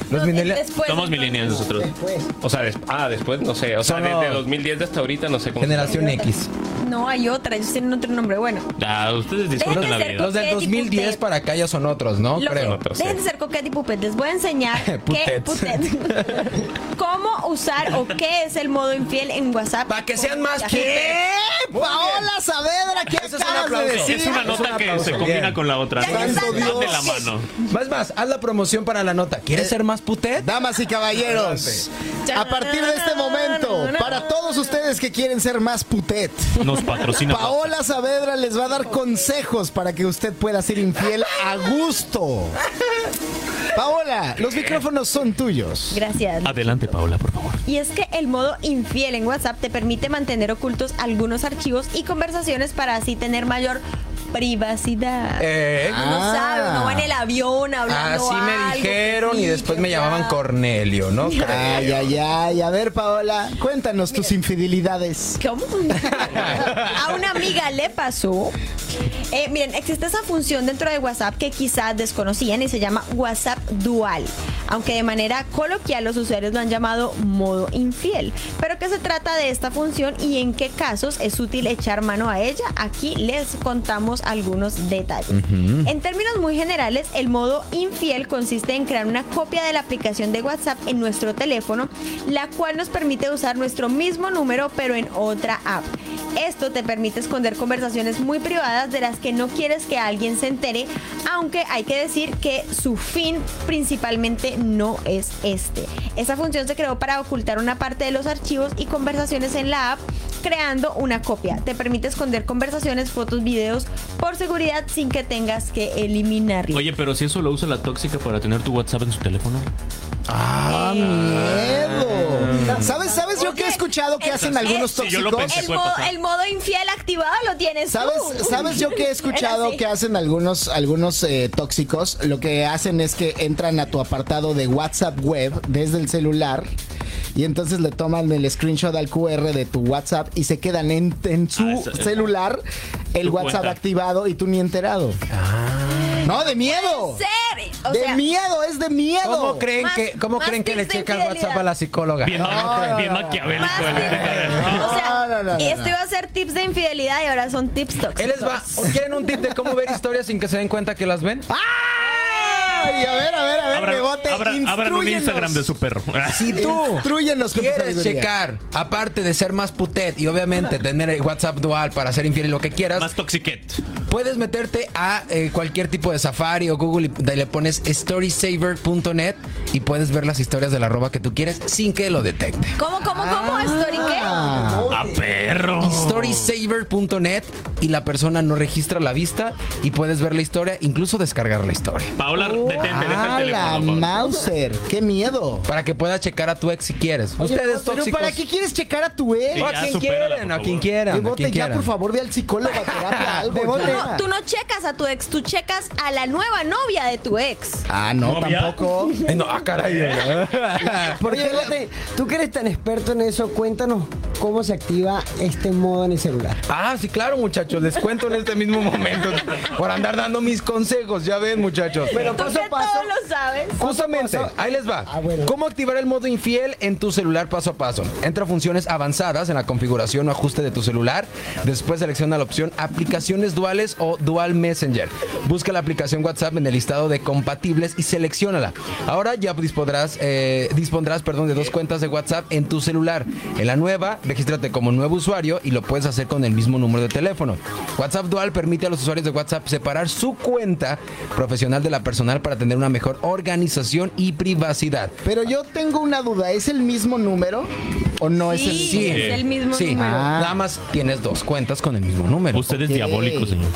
S3: Los millennials-
S2: después,
S4: Somos
S2: entonces.
S4: millennials nosotros.
S6: O sea, des- ah, después no sé. O sea,
S3: Solo-
S6: desde 2010 hasta ahorita no sé cómo.
S3: Generación X.
S2: No, hay otra, ellos tienen otro nombre. Bueno,
S4: Ah, ustedes disfrutan
S2: Dejen de
S4: la
S2: ser
S4: vida.
S3: Los del
S2: Coquet y
S3: 2010
S2: Puntet.
S3: para acá ya son otros, ¿no?
S2: Lo
S3: Creo.
S2: que-
S6: pero sí.
S2: dejen de ser coquete y pupet. Les voy a enseñar qué,
S3: Putets.
S2: putet. cómo usar o qué es el modo infiel en WhatsApp.
S3: Para que sean más
S2: Ya.
S3: ¿Qué?
S5: ¡Eh, Paola Saavedra, ¿qué
S3: Ese es un
S5: acabas de
S3: aplauso.
S5: decir?
S4: Es una nota que se combina
S3: Bien.
S4: con la otra.
S2: Ya
S4: ¿no?
S5: santo
S4: Van de la
S5: Dios.
S4: mano.
S3: Más, más, haz la promoción para la nota. ¿Quieres
S2: Eh,
S3: ser más putet?
S5: Damas y caballeros, a partir de este momento, para todos ustedes que quieren ser más putet,
S4: Nos patrocina.
S5: Paola Saavedra les va a dar consejos para que usted pueda ser infiel a gusto. Paola, los micrófonos son tuyos.
S2: Gracias.
S4: Adelante, Paola, por favor.
S2: Y es que el modo infiel en WhatsApp te permite mantener ocultos algunos archivos y conversaciones para así tener mayor privacidad.
S3: Eh, ah.
S2: Uno sabe, uno va en el avión hablando
S3: así me
S2: algo,
S3: dijeron
S2: que
S3: y
S2: sí,
S3: después
S2: que
S3: me llamaban
S2: bla.
S3: Cornelio, ¿no?
S5: Ay, ay, ay. A ver, Paola, cuéntanos tus infidelidades.
S2: ¿Cómo? A una amiga le pasó. Eh, miren, existe esa función dentro de WhatsApp que quizás desconocían y se llama WhatsApp Dual, aunque de manera coloquial los usuarios lo han llamado modo infiel. Pero ¿qué se trata de esta función y en qué casos es útil echar mano a ella? Aquí les contamos algunos detalles. En términos muy generales, el modo infiel consiste en crear una copia de la aplicación de WhatsApp en nuestro teléfono, la cual nos permite usar nuestro mismo número pero en otra app. Esto te permite esconder conversaciones muy privadas de las que no quieres que alguien se entere, aunque hay que decir que su fin principalmente no es este. Esta función se creó para ocultar una parte de los archivos y conversaciones en la app creando una copia. Te permite esconder conversaciones, fotos, videos por seguridad sin que tengas que eliminarlas.
S4: Oye, pero si eso lo usa la tóxica para tener tu WhatsApp en su teléfono.
S5: ¡Ah, miedo! ¿Sabes, sabes yo que he
S2: Oye,
S5: escuchado que
S2: el-
S5: hacen algunos
S4: Sí, yo lo
S5: tóxicos?
S4: pensé.
S2: el,
S4: puede
S2: modo,
S4: pasar.
S2: el modo infiel activado lo tienes
S5: ¿Sabes,
S2: tú.
S5: ¿Sabes yo que he
S2: Era
S5: escuchado
S2: así.
S5: que hacen algunos, algunos eh, tóxicos? Lo que hacen es que entran a tu apartado de WhatsApp web desde el celular y entonces le toman el screenshot al QR de tu WhatsApp y se quedan en, en su
S4: Ah, eso-
S5: celular el
S4: tu
S5: WhatsApp
S4: cuenta.
S5: activado y tú ni enterado. ¡No, de miedo!
S2: Ser, o
S5: ¡De
S2: sea,
S5: miedo! ¡Es de miedo!
S3: ¿Cómo creen
S2: Más-
S3: que, cómo
S2: más
S3: creen que le
S2: tips de
S3: checan
S2: infidelidad.
S3: WhatsApp a la psicóloga?
S4: Bien, ma- bien maquiavélico.
S2: más
S4: el-
S2: tips. O sea,
S5: No, no, no, no,
S2: esto iba a ser tips de infidelidad y ahora son tips tóxicos.
S3: Él les va. ¿Quieren un tip de cómo ver historias sin que se den cuenta que las ven?
S5: Ay, a ver, a ver, a ver,
S4: Abran-
S5: rebote,
S4: abran- abran un
S5: instrúyenos.
S4: Instagram de su perro.
S3: Si tú
S5: Instrúyenos con tu
S3: quieres
S5: sabiduría.
S3: checar, aparte de ser más putet y obviamente tener el WhatsApp dual para ser infiel y lo que quieras,
S4: Más toxiquet.
S3: Puedes meterte a eh, cualquier tipo de Safari o Google y le pones storysaver.net y puedes ver las historias de la roba que tú quieres sin que lo detecte.
S5: Eh,
S2: ¿Cómo, cómo, cómo? ¿Story
S5: Ah.
S2: qué?
S4: A perro.
S5: Oh.
S3: Storysaver.net y la persona no registra la vista y puedes ver la historia, incluso descargar la historia.
S4: Paola, detente, deja
S5: ¡Ah,
S4: el
S5: la
S4: teléfono. Paola.
S5: Mauser! ¡Qué miedo!
S3: Para que puedas checar a tu ex si quieres. Ustedes
S5: Pero
S3: tóxicos.
S5: ¿para qué quieres checar a tu ex?
S4: Sí,
S3: O a
S4: ya,
S3: quien
S4: supérala,
S3: quieran,
S4: por
S3: a quien
S4: favor.
S3: quieran, a
S5: Bebote,
S3: quien
S5: ya,
S3: quieran.
S5: por favor, ve al psicólogo a terapia, algo,
S2: Tú
S5: ya.
S2: no, tú no checas a tu ex, tú checas a la nueva novia de tu ex.
S5: Ah, no,
S4: ¿Novia?
S5: tampoco.
S3: Eh, No, ah, caray.
S7: Porque
S5: eh,
S7: fíjate, tú que eres tan experto en eso, cuéntanos cómo se activa este modo en el celular.
S3: Ah, sí, claro, muchachos. Les cuento en este mismo momento por andar dando mis consejos. Ya ven, muchachos.
S7: Pero
S2: Tú
S7: paso
S2: que
S7: a paso.
S2: todo lo sabes.
S3: Justamente, ahí les va.
S7: Ah, bueno.
S3: ¿Cómo activar el modo infiel en tu celular paso a paso? Entra a funciones avanzadas en la configuración o ajuste de tu celular. Después selecciona la opción aplicaciones duales o dual messenger. Busca la aplicación WhatsApp en el listado de compatibles y seleccionala. Ahora ya dispondrás, eh, dispondrás perdón, de dos cuentas de WhatsApp en tu celular. En la nueva, regístrate como nuevo usuario y lo puedes hacer con el mismo número de teléfono. WhatsApp Dual permite a los usuarios de WhatsApp separar su cuenta profesional de la personal para tener una mejor organización y privacidad.
S5: Pero yo tengo una duda, ¿es el mismo número? ¿O no
S2: Sí,
S5: es el
S2: sí, es el mismo
S3: sí.
S2: número.
S5: Ah.
S3: Nada más tienes dos cuentas con el mismo número.
S4: Usted es diabólico, señor.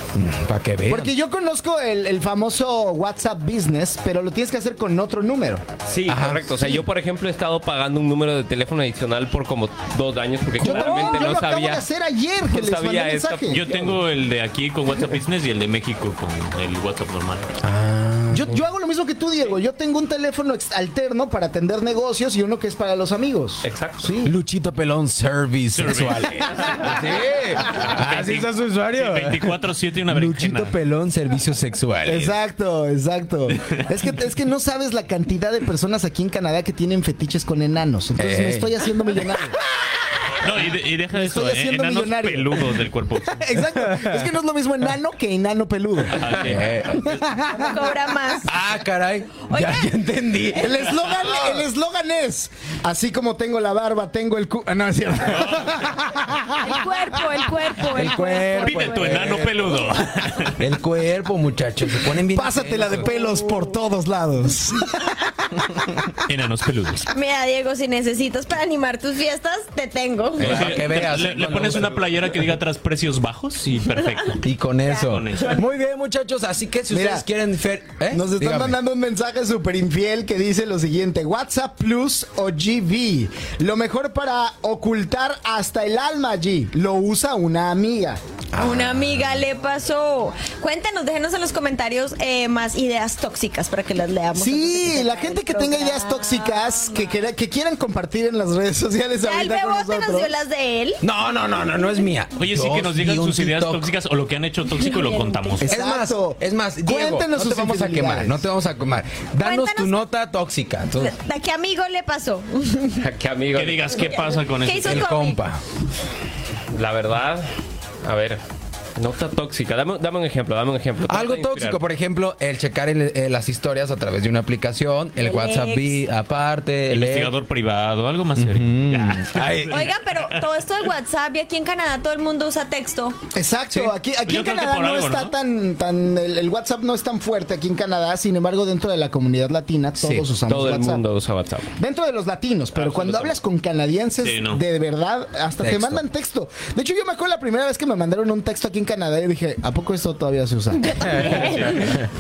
S3: Para que vean.
S5: Porque yo conozco el, el famoso WhatsApp Business, pero lo tienes que hacer con otro número.
S6: Sí,
S3: Ajá.
S6: correcto. O sea, yo, por ejemplo, he estado pagando un número de teléfono adicional por como dos años porque
S5: Yo,
S6: claramente
S5: también, yo
S6: no
S5: lo acabo de
S6: sabía.
S5: hacer ayer,
S6: no
S5: que les mandé
S6: sabía esto.
S5: mensaje.
S4: Yo tengo el de aquí con WhatsApp Business y el de México con el WhatsApp normal.
S5: Yo, yo hago lo mismo que tú, Diego. Yo tengo un teléfono ex- alterno para atender negocios y uno que es para los amigos.
S6: Exacto.
S3: Luchito Pelón Service sexual.
S4: Así
S3: está su
S5: Ah.
S3: usuario.
S4: 24-7 y una berenjena.
S3: Luchito Pelón Servicio Sexual.
S5: Exacto, exacto. Es que, es que no sabes la cantidad de personas aquí en Canadá que tienen fetiches con enanos. Entonces me
S3: Ey.
S5: estoy haciendo millonario.
S4: No, y, de- y deja
S5: Me
S4: eso,
S5: estoy
S4: eh,
S5: haciendo
S4: enanos
S5: millonario.
S4: peludos del cuerpo.
S5: Exacto. Es que no es lo mismo enano que enano peludo.
S4: Así.
S3: Eh,
S2: Cobra más.
S3: Ah, caray.
S2: Oiga.
S3: Ya, ya entendí.
S5: El eslogan, el eslogan es así como tengo la barba, tengo el cu. Ah, No, es cierto.
S2: El cuerpo, el cuerpo, el,
S5: El
S2: cuerpo.
S5: cuerpo.
S4: Pide tu enano
S5: eh.
S4: peludo.
S3: El cuerpo, muchachos. Se ponen bien.
S5: Pásatela de pelos por todos lados.
S4: Enanos peludos.
S2: Mira, Diego, si necesitas para animar tus fiestas, te tengo.
S3: Eh, para que veas.
S4: le, le pones una playera que diga atrás precios bajos y perfecto.
S3: Y con eso.
S4: Con eso.
S3: Muy bien, muchachos. Así que si
S5: Mira,
S3: ustedes quieren. fer- ¿eh?
S5: Nos están
S3: Dígame.
S5: mandando un mensaje súper infiel que dice lo siguiente: WhatsApp Plus o GB. Lo mejor para ocultar hasta el alma allí. Lo usa una amiga.
S2: A
S5: Ah.
S2: una amiga le pasó. Cuéntanos, déjenos en los comentarios eh, más ideas tóxicas para que las leamos.
S5: Sí,
S2: antes de
S5: la
S2: terminar
S5: gente
S2: el
S5: que tenga ideas
S2: programa.
S5: tóxicas que, quiera- que quieran compartir en las redes sociales
S2: Ya el
S5: ahorita con
S2: bebote nos
S5: nosotros.
S2: dio las de él.
S3: No, no, no, no, no es mía.
S4: Oye, sí
S3: Yo
S4: que nos digan
S3: vi un
S4: sus ideas
S3: TikTok.
S4: tóxicas o lo que han hecho tóxico y lo contamos.
S5: Es-
S3: Es más,
S5: Exacto.
S3: es más, Diego,
S5: Cuéntenos
S3: no te
S5: sus
S3: vamos a
S5: infidelidades.
S3: quemar, no te vamos a quemar. Danos
S2: Cuéntanos-
S3: tu nota tóxica. tú-
S2: ¿A qué amigo le pasó?
S6: Que amigo.
S4: Que digas qué pasa con
S2: ¿Qué hizo
S4: eso.
S3: el compa.
S6: La verdad, a ver, nota tóxica. Dame, dame un ejemplo, dame un ejemplo. Trata
S3: Algo
S6: de inspirar.
S3: tóxico, por ejemplo, el checar el- eh, las historias a través de una aplicación, el,
S2: El
S3: WhatsApp
S2: ex.
S3: vi- aparte, el ex.
S4: Investigador privado, algo más serio. Ya.
S3: Ay,
S2: Oiga, pero todo esto del WhatsApp y aquí en Canadá todo el mundo usa texto.
S5: Exacto, aquí, aquí
S4: Yo
S5: en
S4: creo que
S5: Canadá
S4: por
S5: no
S4: algo,
S5: está
S4: ¿no?
S5: tan, tan el, el WhatsApp no es tan fuerte aquí en Canadá, sin embargo dentro de la comunidad latina todos
S3: Sí,
S5: usamos
S6: Todo el
S5: WhatsApp.
S6: mundo usa WhatsApp.
S5: Dentro de los latinos, pero cuando hablas con canadienses,
S4: Ah, Sí, no.
S5: de verdad, hasta te
S3: Texto.
S5: mandan texto. De hecho, yo me acuerdo la primera vez que me mandaron un texto aquí en Canadá y dije, ¿a poco esto todavía se usa?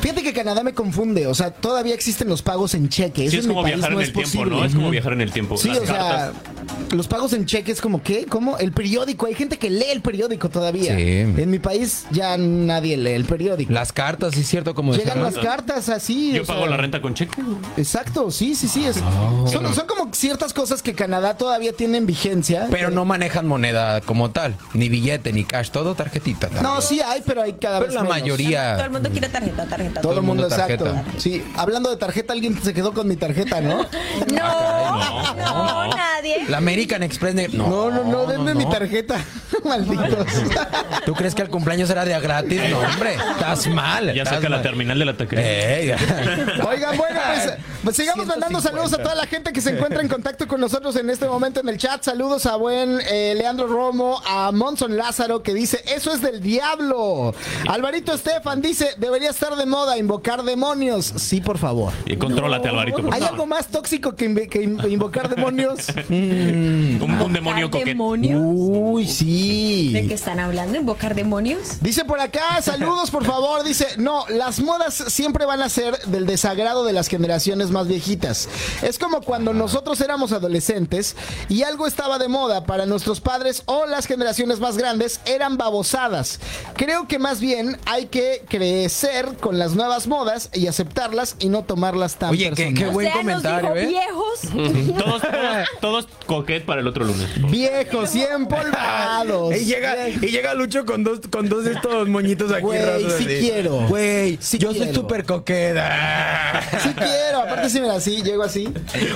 S5: Fíjate que Canadá me confunde, o sea, todavía existen los pagos en cheque. Eso
S4: Sí, es
S5: en mi
S4: como
S5: país
S4: viajar
S5: no
S4: en
S5: es
S4: el tiempo,
S5: posible.
S4: ¿no? Es como viajar en el tiempo.
S5: Sí,
S4: Las
S5: o sea,
S4: cartas.
S5: los pagos en cheque es como, ¿qué? ¿Cómo? El periódico. Hay gente que lee el periódico todavía.
S3: Sí.
S5: En mi país ya nadie lee el periódico.
S3: Las cartas, sí es cierto, como decía,
S5: Llegan las cartas así.
S4: Yo
S5: o sea,
S4: pago la renta con cheque.
S5: Exacto, sí, sí, sí. es-
S3: Oh.
S5: son, son como ciertas cosas que Canadá todavía tiene en vigencia.
S3: Pero no manejan moneda como tal, ni billete, ni cash, todo tarjetita. también.
S5: No, sí hay, pero hay cada
S3: Pero
S5: vez
S3: la
S5: menos.
S3: mayoría.
S2: Todo el mundo quiere tarjeta, tarjeta.
S5: Todo, el mundo,
S3: tarjeta.
S5: exacto. Sí, hablando de tarjeta, alguien se quedó con mi tarjeta, ¿no?
S2: No,
S5: Ah,
S4: caray, no.
S2: no, nadie.
S3: La American Express. ne- No,
S5: No, no, no, denme mi tarjeta. Malditos.
S3: ¿Tú crees que el cumpleaños era de a gratis? No, hombre, estás mal.
S4: Ya
S3: estás
S4: saca la
S3: mal.
S4: terminal de la taquería.
S5: Eh.
S3: Ey,
S5: Oigan, bueno, pues, pues sigamos mandando saludos a toda la gente que se encuentra en contacto con nosotros en este momento en el chat. Saludos a buen eh, Leandro Romo, a Monson Lázaro que dice, eso es del diablo. Alvarito Estefan dice, debería estar de moda invocar demonios. Sí, por favor.
S4: Y contrólate, Alvarito, por
S5: ¿Hay
S4: favor.
S5: algo más tóxico que, inve- que in- invocar demonios?
S4: Un, un demonio
S2: ¿Invocar
S4: coquete.
S2: demonios? ¿De
S5: Uy, sí.
S2: qué están hablando? ¿Invocar demonios?
S5: Dice por acá, saludos por favor. Dice, no, las modas siempre van a ser del desagrado de las generaciones más viejitas. Es como cuando nosotros éramos adolescentes y algo estaba de moda para nuestros padres o las generaciones más grandes eran babosadas. Creo que más bien hay que crecer con las nuevas modas y aceptarlas y no tomarlas tan
S3: Oye, qué,
S5: personal.
S3: qué
S2: O
S3: buen
S2: sea,
S3: comentario,
S2: nos dijo
S3: ¿eh?
S2: viejos.
S4: Todos, todos, todos coquet para el otro lunes.
S5: Viejos y empolvados.
S3: Y llega, y llega Lucho con dos, con dos de estos moñitos aquí.
S5: Güey,
S3: raros,
S5: sí
S3: así.
S5: quiero.
S3: Güey,
S5: Sí
S3: yo soy
S5: quiero.
S3: súper coqueda.
S5: Sí quiero, aparte si me la sí, llego así.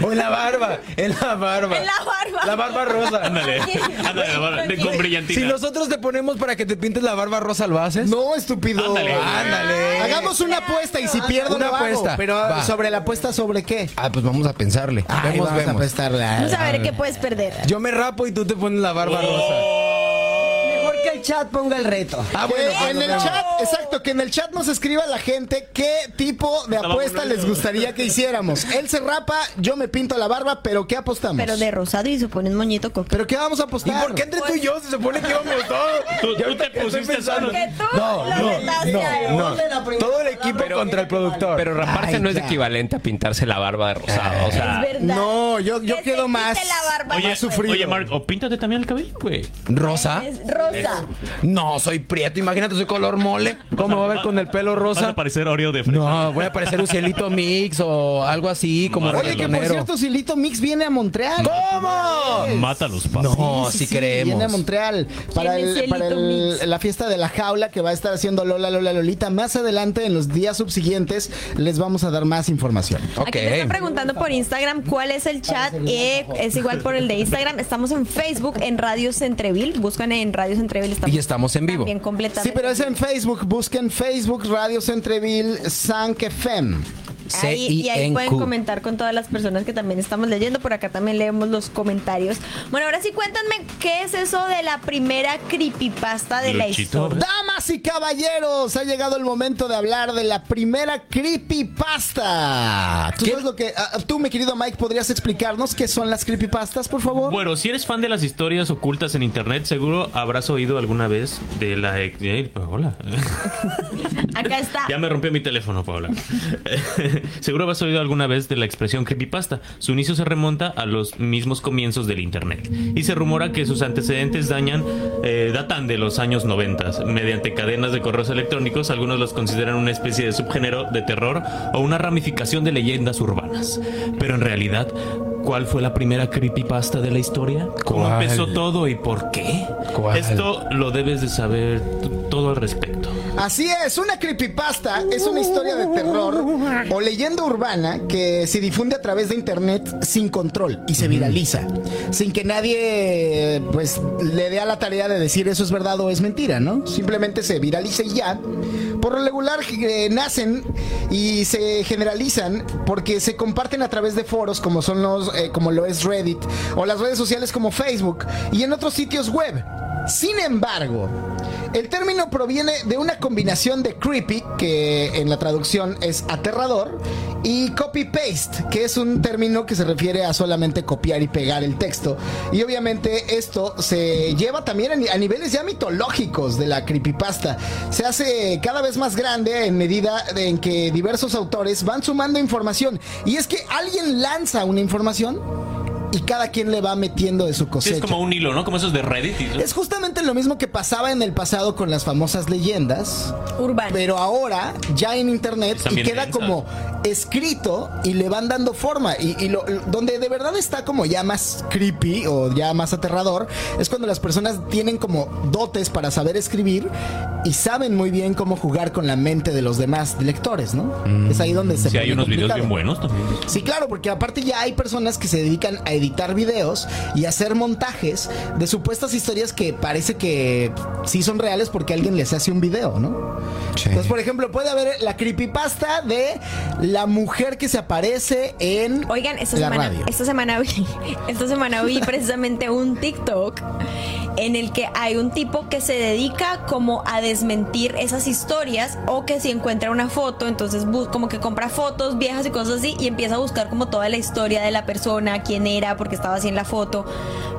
S3: O en la barba, en la barba.
S2: En la barba.
S3: La barba rosa.
S4: Ándale, ándale, ándale, de- con brillantina.
S3: Si nosotros te ponemos para que te pintes la barba rosa, ¿lo haces?
S5: No, estúpido.
S4: Ándale.
S3: Ándale.
S5: Hagamos una apuesta y si pierdo
S3: Una
S5: no hago.
S3: apuesta.
S5: Pero
S3: Va.
S5: sobre la apuesta sobre qué?
S3: Ah, pues vamos a pensarle.
S5: Ahí
S3: vemos,
S5: vamos a
S3: vemos.
S5: apostarla.
S2: Vamos a ver qué puedes perder.
S3: Yo me rapo y tú te pones la barba rosa.
S7: Mejor que el el chat ponga el reto.
S5: Ah, bueno,
S7: ¿Qué?
S5: en el chat, exacto, que en el chat nos escriba la gente qué tipo de apuesta les gustaría que hiciéramos. Él se rapa, yo me pinto la barba, pero ¿qué apostamos?
S2: Pero de rosado y se pone un moñito coqueto.
S5: ¿Pero qué vamos a
S3: ¿Y
S5: apostar?
S3: por qué entre tú
S2: Pues-
S3: y yo se supone que íbamos todos?
S4: Tú,
S3: Ya
S4: tú
S3: ahorita
S4: te
S3: que estoy
S4: pusiste
S3: pensando-
S4: solo.
S2: Que tú
S5: No,
S2: lo
S5: no,
S2: metaste
S5: no,
S2: a él.
S5: no.
S3: Todo el equipo contra el productor.
S6: Pero raparse
S5: Ay,
S6: no es
S5: ya.
S6: equivalente a pintarse la barba de rosado. O
S3: Ah.
S6: sea,
S2: Es verdad.
S5: No, yo, yo
S2: Que se
S5: quedo
S2: quite
S5: más.
S2: la barba.
S4: Oye,
S2: Más sufrido.
S4: oye, Mark, o píntate también el cabello, güey.
S3: ¿Rosa?
S2: Es rosa.
S3: No, soy prieto. Imagínate, soy color mole. ¿Cómo me voy a ver con el pelo
S4: Vas a
S3: rosa?
S4: parecer Oreo de fresa.
S3: No, voy a parecer un cielito mix o algo así, como
S4: Oye,
S5: Oye, que por
S3: reggaetonero.
S5: cierto, Silito Mix viene a Montreal.
S3: ¿Cómo?
S4: Mátalos, papá.
S3: No, sí,
S5: Viene a
S3: creemos.
S5: Montreal para,
S2: ¿Quién es
S5: el- para
S2: Cielito
S5: el-
S2: Mix?
S5: la fiesta de la jaula que va a estar haciendo Lola, Lola, Lolita. Más adelante, en los días subsiguientes, les vamos a dar más información.
S3: Ok.
S2: Aquí te están preguntando por Instagram cuál es el chat. eh, es igual por el de Instagram. Estamos en Facebook, en Radio Centreville. Buscan en Radio Centreville.
S3: Y estamos en vivo.
S2: Bien completamente.
S5: Sí, pero es en Facebook. Busquen Facebook Radio Centreville Sank FM.
S2: Ahí- y ahí pueden
S3: C-I-N-Q.
S2: comentar con todas las personas que también estamos leyendo. Por acá también leemos los comentarios. Bueno, ahora sí cuéntame qué es eso de la primera creepypasta de la
S4: Luchito.
S2: historia.
S5: Damas y caballeros, ha llegado el momento de hablar de la primera creepypasta. ¿Tú sabes lo que ah, tú, mi querido Mike, podrías explicarnos qué son las creepypastas, por favor?
S4: Bueno, si eres fan de las historias ocultas en internet, seguro habrás oído alguna vez de la... eh, hola.
S2: Acá está.
S4: Ya me rompió mi teléfono, Paula. Seguro habrás oído alguna vez de la expresión creepypasta. Su inicio se remonta a los mismos comienzos del Internet. Y se rumora que sus antecedentes dañan, eh, datan de los años 90. Mediante cadenas de correos electrónicos, algunos los consideran una especie de subgénero de terror o una ramificación de leyendas urbanas. Pero en realidad, ¿cuál fue la primera creepypasta de la historia? ¿Cómo
S3: ¿Cuál?
S4: empezó todo y por qué?
S3: ¿Cuál?
S4: Esto lo debes de saber t- todo al respecto.
S5: Así es, una creepypasta es una historia de terror o leyenda urbana que se difunde a través de internet sin control y se viraliza, sin que nadie pues le dé a la tarea de decir eso es verdad o es mentira, ¿no? Simplemente se viraliza y ya. Por lo regular eh, nacen y se generalizan porque se comparten a través de foros como son los eh, como lo es Reddit o las redes sociales como Facebook y en otros sitios web. Sin embargo, el término proviene de una combinación de creepy, que en la traducción es aterrador, y copy-paste, que es un término que se refiere a solamente copiar y pegar el texto. Y obviamente esto se lleva también a ni- a niveles ya mitológicos de la creepypasta. Se hace cada vez más grande en medida de- en que diversos autores van sumando información. Y es que alguien lanza una información y cada quien le va metiendo de su
S4: Sí,
S5: cosecha.
S4: es como un hilo, ¿no? Como esos de Reddit. y-
S5: Es justamente lo mismo que pasaba en el pasado con las famosas leyendas,
S2: Urbana.
S5: pero ahora ya en internet
S4: Están
S5: y
S4: bien
S5: queda
S4: densas.
S5: como escrito y le van dando forma. Y, y lo- donde de verdad está como ya más creepy o ya más aterrador es cuando las personas tienen como dotes para saber escribir y saben muy bien cómo jugar con la mente de los demás lectores, ¿no? es ahí donde se
S4: Sí, hay
S5: pone
S4: unos videos
S5: complicado.
S4: bien buenos también.
S5: Sí, claro, porque aparte ya hay personas que se dedican a editar videos y a hacer montajes de supuestas historias que parece que sí son reales porque alguien les hace un video, ¿no? Entonces, por ejemplo, puede haber la creepypasta de la mujer que se aparece en
S2: Oigan, esta
S5: la
S2: semana,
S5: radio.
S2: esta semana vi, esta semana vi precisamente un TikTok en el que hay un tipo que se dedica como a desmentir esas historias o que si encuentra una foto, entonces bu- como que compra fotos viejas y cosas así y empieza a buscar como toda la historia de la persona, quién era, por qué estaba así en la foto.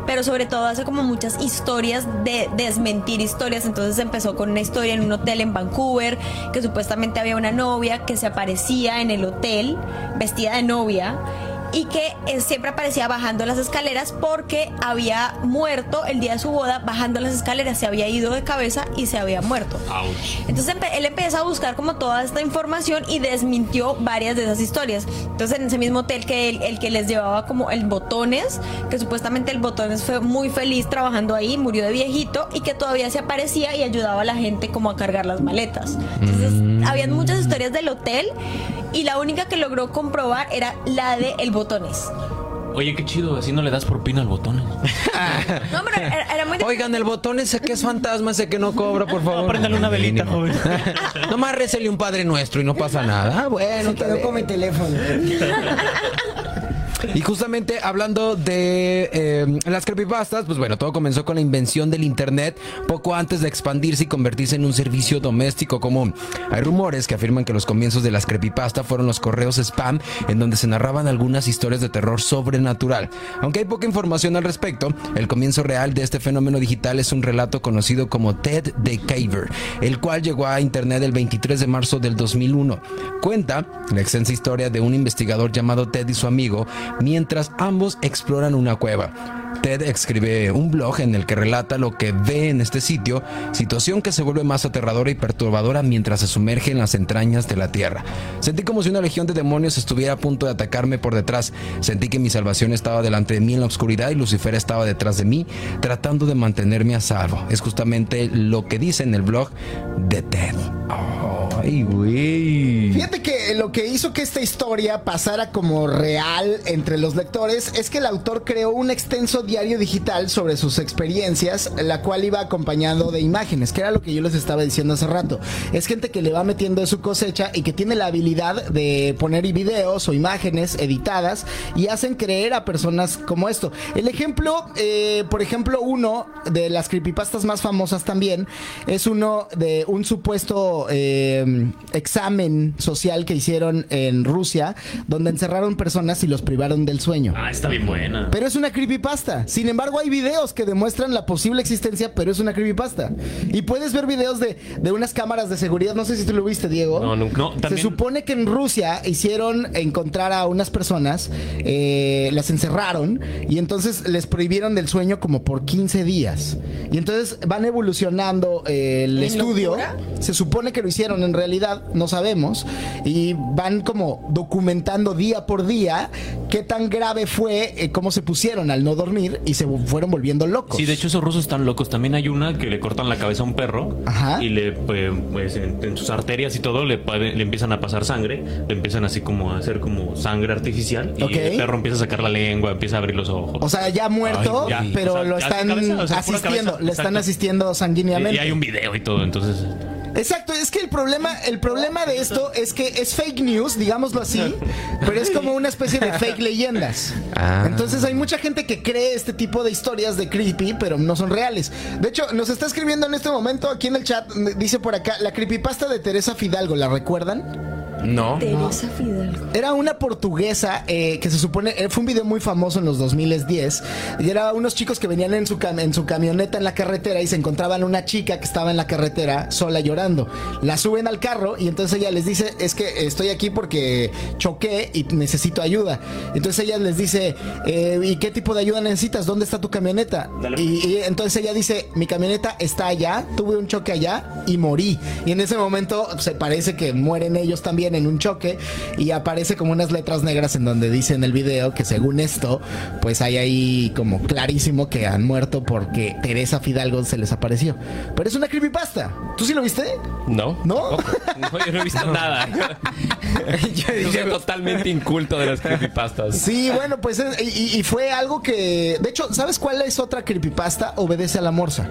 S2: Pero sobre todo hace como muchas historias de desmentir historias. Entonces empezó con una historia en un hotel en Vancouver, que supuestamente había una novia que se aparecía en el hotel vestida de novia y que eh, siempre aparecía bajando las escaleras porque había muerto el día de su boda bajando las escaleras, se había ido de cabeza y se había muerto.
S4: Ouch.
S2: Entonces empe- él empieza a buscar como toda esta información y desmintió varias de esas historias. Entonces en ese mismo hotel que él, el que les llevaba como el botones, que supuestamente el botones fue muy feliz trabajando ahí, murió de viejito y que todavía se aparecía y ayudaba a la gente como a cargar las maletas. Entonces habían muchas historias del hotel y la única que logró comprobar era la de el botones.
S4: Oye, qué chido, así no le das propina al botón.
S2: No, pero era, era muy
S3: Oigan, el botón ese que es fantasma, ese que no cobra, por favor.
S4: préndale una velita,
S3: Mínimo.
S4: joven.
S3: Nomás récele un Padre Nuestro y no pasa nada. Ah, bueno,
S7: Se quedó con mi teléfono.
S3: Y justamente hablando de eh, las creepypastas, pues bueno, todo comenzó con la invención del internet poco antes de expandirse y convertirse en un servicio doméstico común. Hay rumores que afirman que los comienzos de las creepypastas fueron los correos spam en donde se narraban algunas historias de terror sobrenatural. Aunque hay poca información al respecto, el comienzo real de este fenómeno digital es un relato conocido como Ted the Caver, el cual llegó a internet el 23 de marzo del 2001. Cuenta la extensa historia de un investigador llamado Ted y su amigo mientras ambos exploran una cueva. Ted escribe un blog en el que relata lo que ve en este sitio, situación que se vuelve más aterradora y perturbadora mientras se sumerge en las entrañas de la Tierra. Sentí como si una legión de demonios estuviera a punto de atacarme por detrás. Sentí que mi salvación estaba delante de mí en la oscuridad y Lucifer estaba detrás de mí, tratando de mantenerme a salvo. Es justamente lo que dice en el blog de Ted. Ay, güey.
S5: Fíjate que lo que hizo que esta historia pasara como real entre los lectores es que el autor creó un extenso diario digital sobre sus experiencias, la cual iba acompañado de imágenes, que era lo que yo les estaba diciendo hace rato. Es gente que le va metiendo de su cosecha y que tiene la habilidad de poner y videos o imágenes editadas y hacen creer a personas como esto. El ejemplo, eh, por ejemplo, uno de las creepypastas más famosas también es uno de un supuesto eh, examen social que hicieron en Rusia, donde encerraron personas y los privaron del sueño.
S4: Ah, está bien buena.
S5: Pero es una creepypasta. Sin embargo, hay videos que demuestran la posible existencia, pero es una creepypasta. Y puedes ver videos de, de unas cámaras de seguridad. No sé si tú lo viste, Diego.
S4: No, nunca. No,
S5: Se
S4: también-
S5: supone que en Rusia hicieron encontrar a unas personas, eh, las encerraron y entonces les prohibieron del sueño como por 15 días. Y entonces van evolucionando eh, el estudio. Se supone que lo hicieron en realidad, no sabemos. Y van como documentando día por día qué tan grave fue, eh, cómo se pusieron al no dormir y se vu- fueron volviendo locos.
S4: Sí, de hecho esos rusos están locos. También hay una que le cortan la cabeza a un perro
S5: Ajá.
S4: y le pues, pues, en, en sus arterias y todo le, pa- le empiezan a pasar sangre, le empiezan así como a hacer como sangre artificial y
S5: Ok.
S4: el perro empieza a sacar la lengua, empieza a abrir los ojos.
S5: O sea, ya muerto,
S4: Ay, güey.
S5: pero
S4: O sea,
S5: lo
S4: ya
S5: están
S4: sin cabeza, o sea, pura
S5: asistiendo,
S4: cabeza.
S5: le están
S4: Exacto.
S5: asistiendo sanguíneamente.
S4: y, y hay un video y todo, entonces
S5: Exacto, es que el problema, el problema de esto es que es fake news, digámoslo así, pero es como una especie de fake leyendas.
S3: Ah.
S5: Entonces hay mucha gente que cree este tipo de historias de creepy, pero no son reales. De hecho, nos está escribiendo en este momento aquí en el chat, dice por acá, la creepypasta de Teresa Fidalgo, ¿la recuerdan?
S3: No.
S2: Teresa Fidalgo.
S5: Era una portuguesa eh, que se supone, eh, fue un video muy famoso en los 2010, y era unos chicos que venían en su, cam- en su camioneta en la carretera y se encontraban una chica que estaba en la carretera sola llorando. La suben al carro y entonces ella les dice, es que estoy aquí porque choqué y necesito ayuda. Entonces ella les dice, eh, ¿y qué tipo de ayuda necesitas? ¿Dónde está tu camioneta? Y, y entonces ella dice, mi camioneta está allá, tuve un choque allá y morí. Y en ese momento se parece que mueren ellos también en un choque y aparece como unas letras negras en donde dice en el video que según esto, pues hay ahí como clarísimo que han muerto porque Teresa Fidalgo se les apareció. Pero es una creepypasta. ¿Tú sí lo viste?
S6: No.
S5: ¿No?
S6: No, yo no he visto nada. yo soy totalmente inculto de las creepypastas.
S5: Sí, bueno, pues es- y, y- y fue algo que. De hecho, ¿sabes cuál es otra creepypasta? Obedece a la morsa.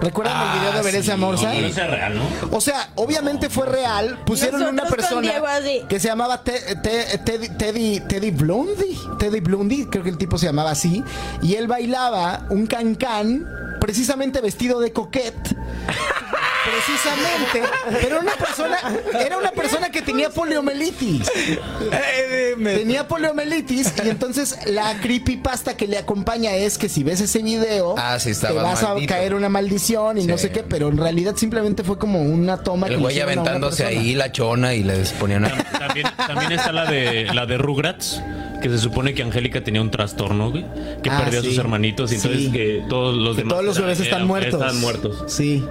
S5: ¿Recuerdan
S4: Ah,
S5: el video de Obedece a Morsa?
S4: real, ¿no?
S5: O sea, obviamente fue real. Pusieron
S2: Nosotros
S5: una
S2: con
S5: persona
S2: Diego así.
S5: que se llamaba Te- Te- Teddy, Teddy, Teddy Blondie. Teddy Blondie, creo que el tipo se llamaba así. Y él bailaba un cancán, precisamente vestido de coquette. Precisamente, pero una persona, era una persona que tenía poliomielitis. Tenía poliomielitis y entonces la creepypasta que le acompaña es que si ves ese video
S3: Ah, sí,
S5: te
S3: estabas
S5: vas
S3: maldito.
S5: a caer una maldición y no
S3: Sí.
S5: sé qué, pero en realidad simplemente fue como una toma que
S3: El
S5: le
S3: güey
S5: hicieron a una
S3: aventándose
S5: persona.
S3: ahí la chona y les ponía una...
S4: También, también está la de la de Rugrats, que se supone que Angélica tenía un trastorno, güey, que
S5: Ah,
S4: perdió a
S5: sí.
S4: sus hermanitos y entonces
S5: Sí.
S4: que todos los
S5: Que
S4: demás
S5: todos los
S4: eran-
S5: bebés están
S4: eran-
S5: muertos.
S4: Están muertos. Ah.
S5: Sí.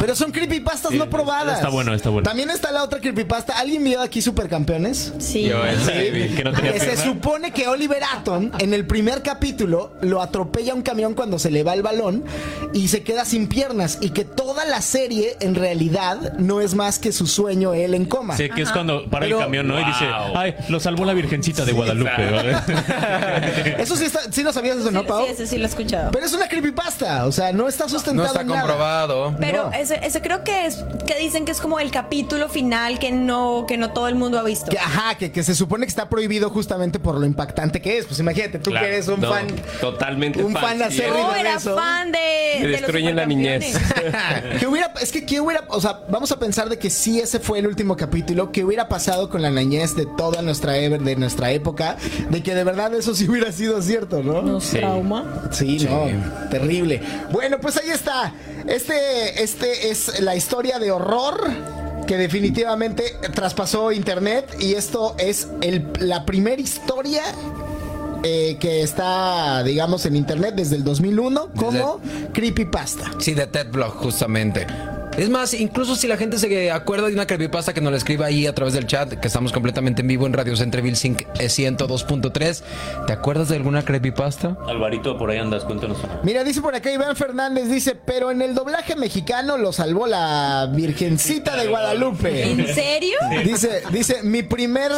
S5: Pero son creepypastas no probadas.
S4: está bueno, está bueno.
S5: También está la otra creepypasta. ¿Alguien vio aquí Supercampeones?
S2: Sí.
S4: eh. Que no tenía
S5: Que se
S4: pierna.
S5: supone que Oliver Atom en el primer capítulo lo atropella un camión cuando se le va el balón y se queda sin piernas y que toda la serie en realidad no es más que su sueño él en coma.
S4: Sí, que es cuando para
S5: Pero-
S4: el camión, ¿no? Y dice, ay, lo salvó la Virgencita de Guadalupe. Te va-
S5: Eso sí, está, sí lo sabías eso, ¿no, Pau?
S2: Sí, eso sí lo he escuchado.
S5: Pero es una creepypasta, o sea, no está sustentado
S3: No está
S5: en nada.
S3: comprobado.
S2: Pero
S5: No.
S2: eso, eso creo que es que dicen que es como el capítulo final que no que no todo el mundo ha visto.
S5: Que, ajá, que, que se supone que está prohibido justamente por lo impactante que es. Pues imagínate, tú
S6: Claro,
S5: que eres un
S6: no,
S5: fan.
S6: Totalmente
S5: un
S6: fan.
S5: fan
S6: sí,
S5: acérrimo.
S2: Yo
S5: de
S2: era
S5: eso.
S2: fan de, de los
S6: destruyen la niñez.
S2: supercampeones.
S5: que hubiera, es que ¿qué hubiera, o sea, vamos a pensar de que si ese fue el último capítulo, que hubiera pasado con la niñez de toda nuestra ever- de nuestra época, de que de verdad eso sí hubiera sido cierto, ¿no?
S6: Sí.
S5: Sí, no, terrible. Bueno, pues ahí está. Este, este es la historia de horror que definitivamente traspasó internet y esto es el- la primera historia eh, que está, digamos, en internet desde el 2001 como creepypasta.
S3: Sí, de Ted Blog, justamente. Es más, incluso si la gente se acuerda de una creepypasta que nos la escriba ahí a través del chat, que estamos completamente en vivo en Radio Centreville eh, 5- 102.3, ¿te acuerdas de alguna creepypasta?
S4: Alvarito, por ahí andas, cuéntanos.
S5: Mira, dice por acá Iván Fernández, dice, pero en el doblaje mexicano lo salvó la Virgencita de Guadalupe.
S2: ¿En serio?
S5: Dice, dice, mi primer,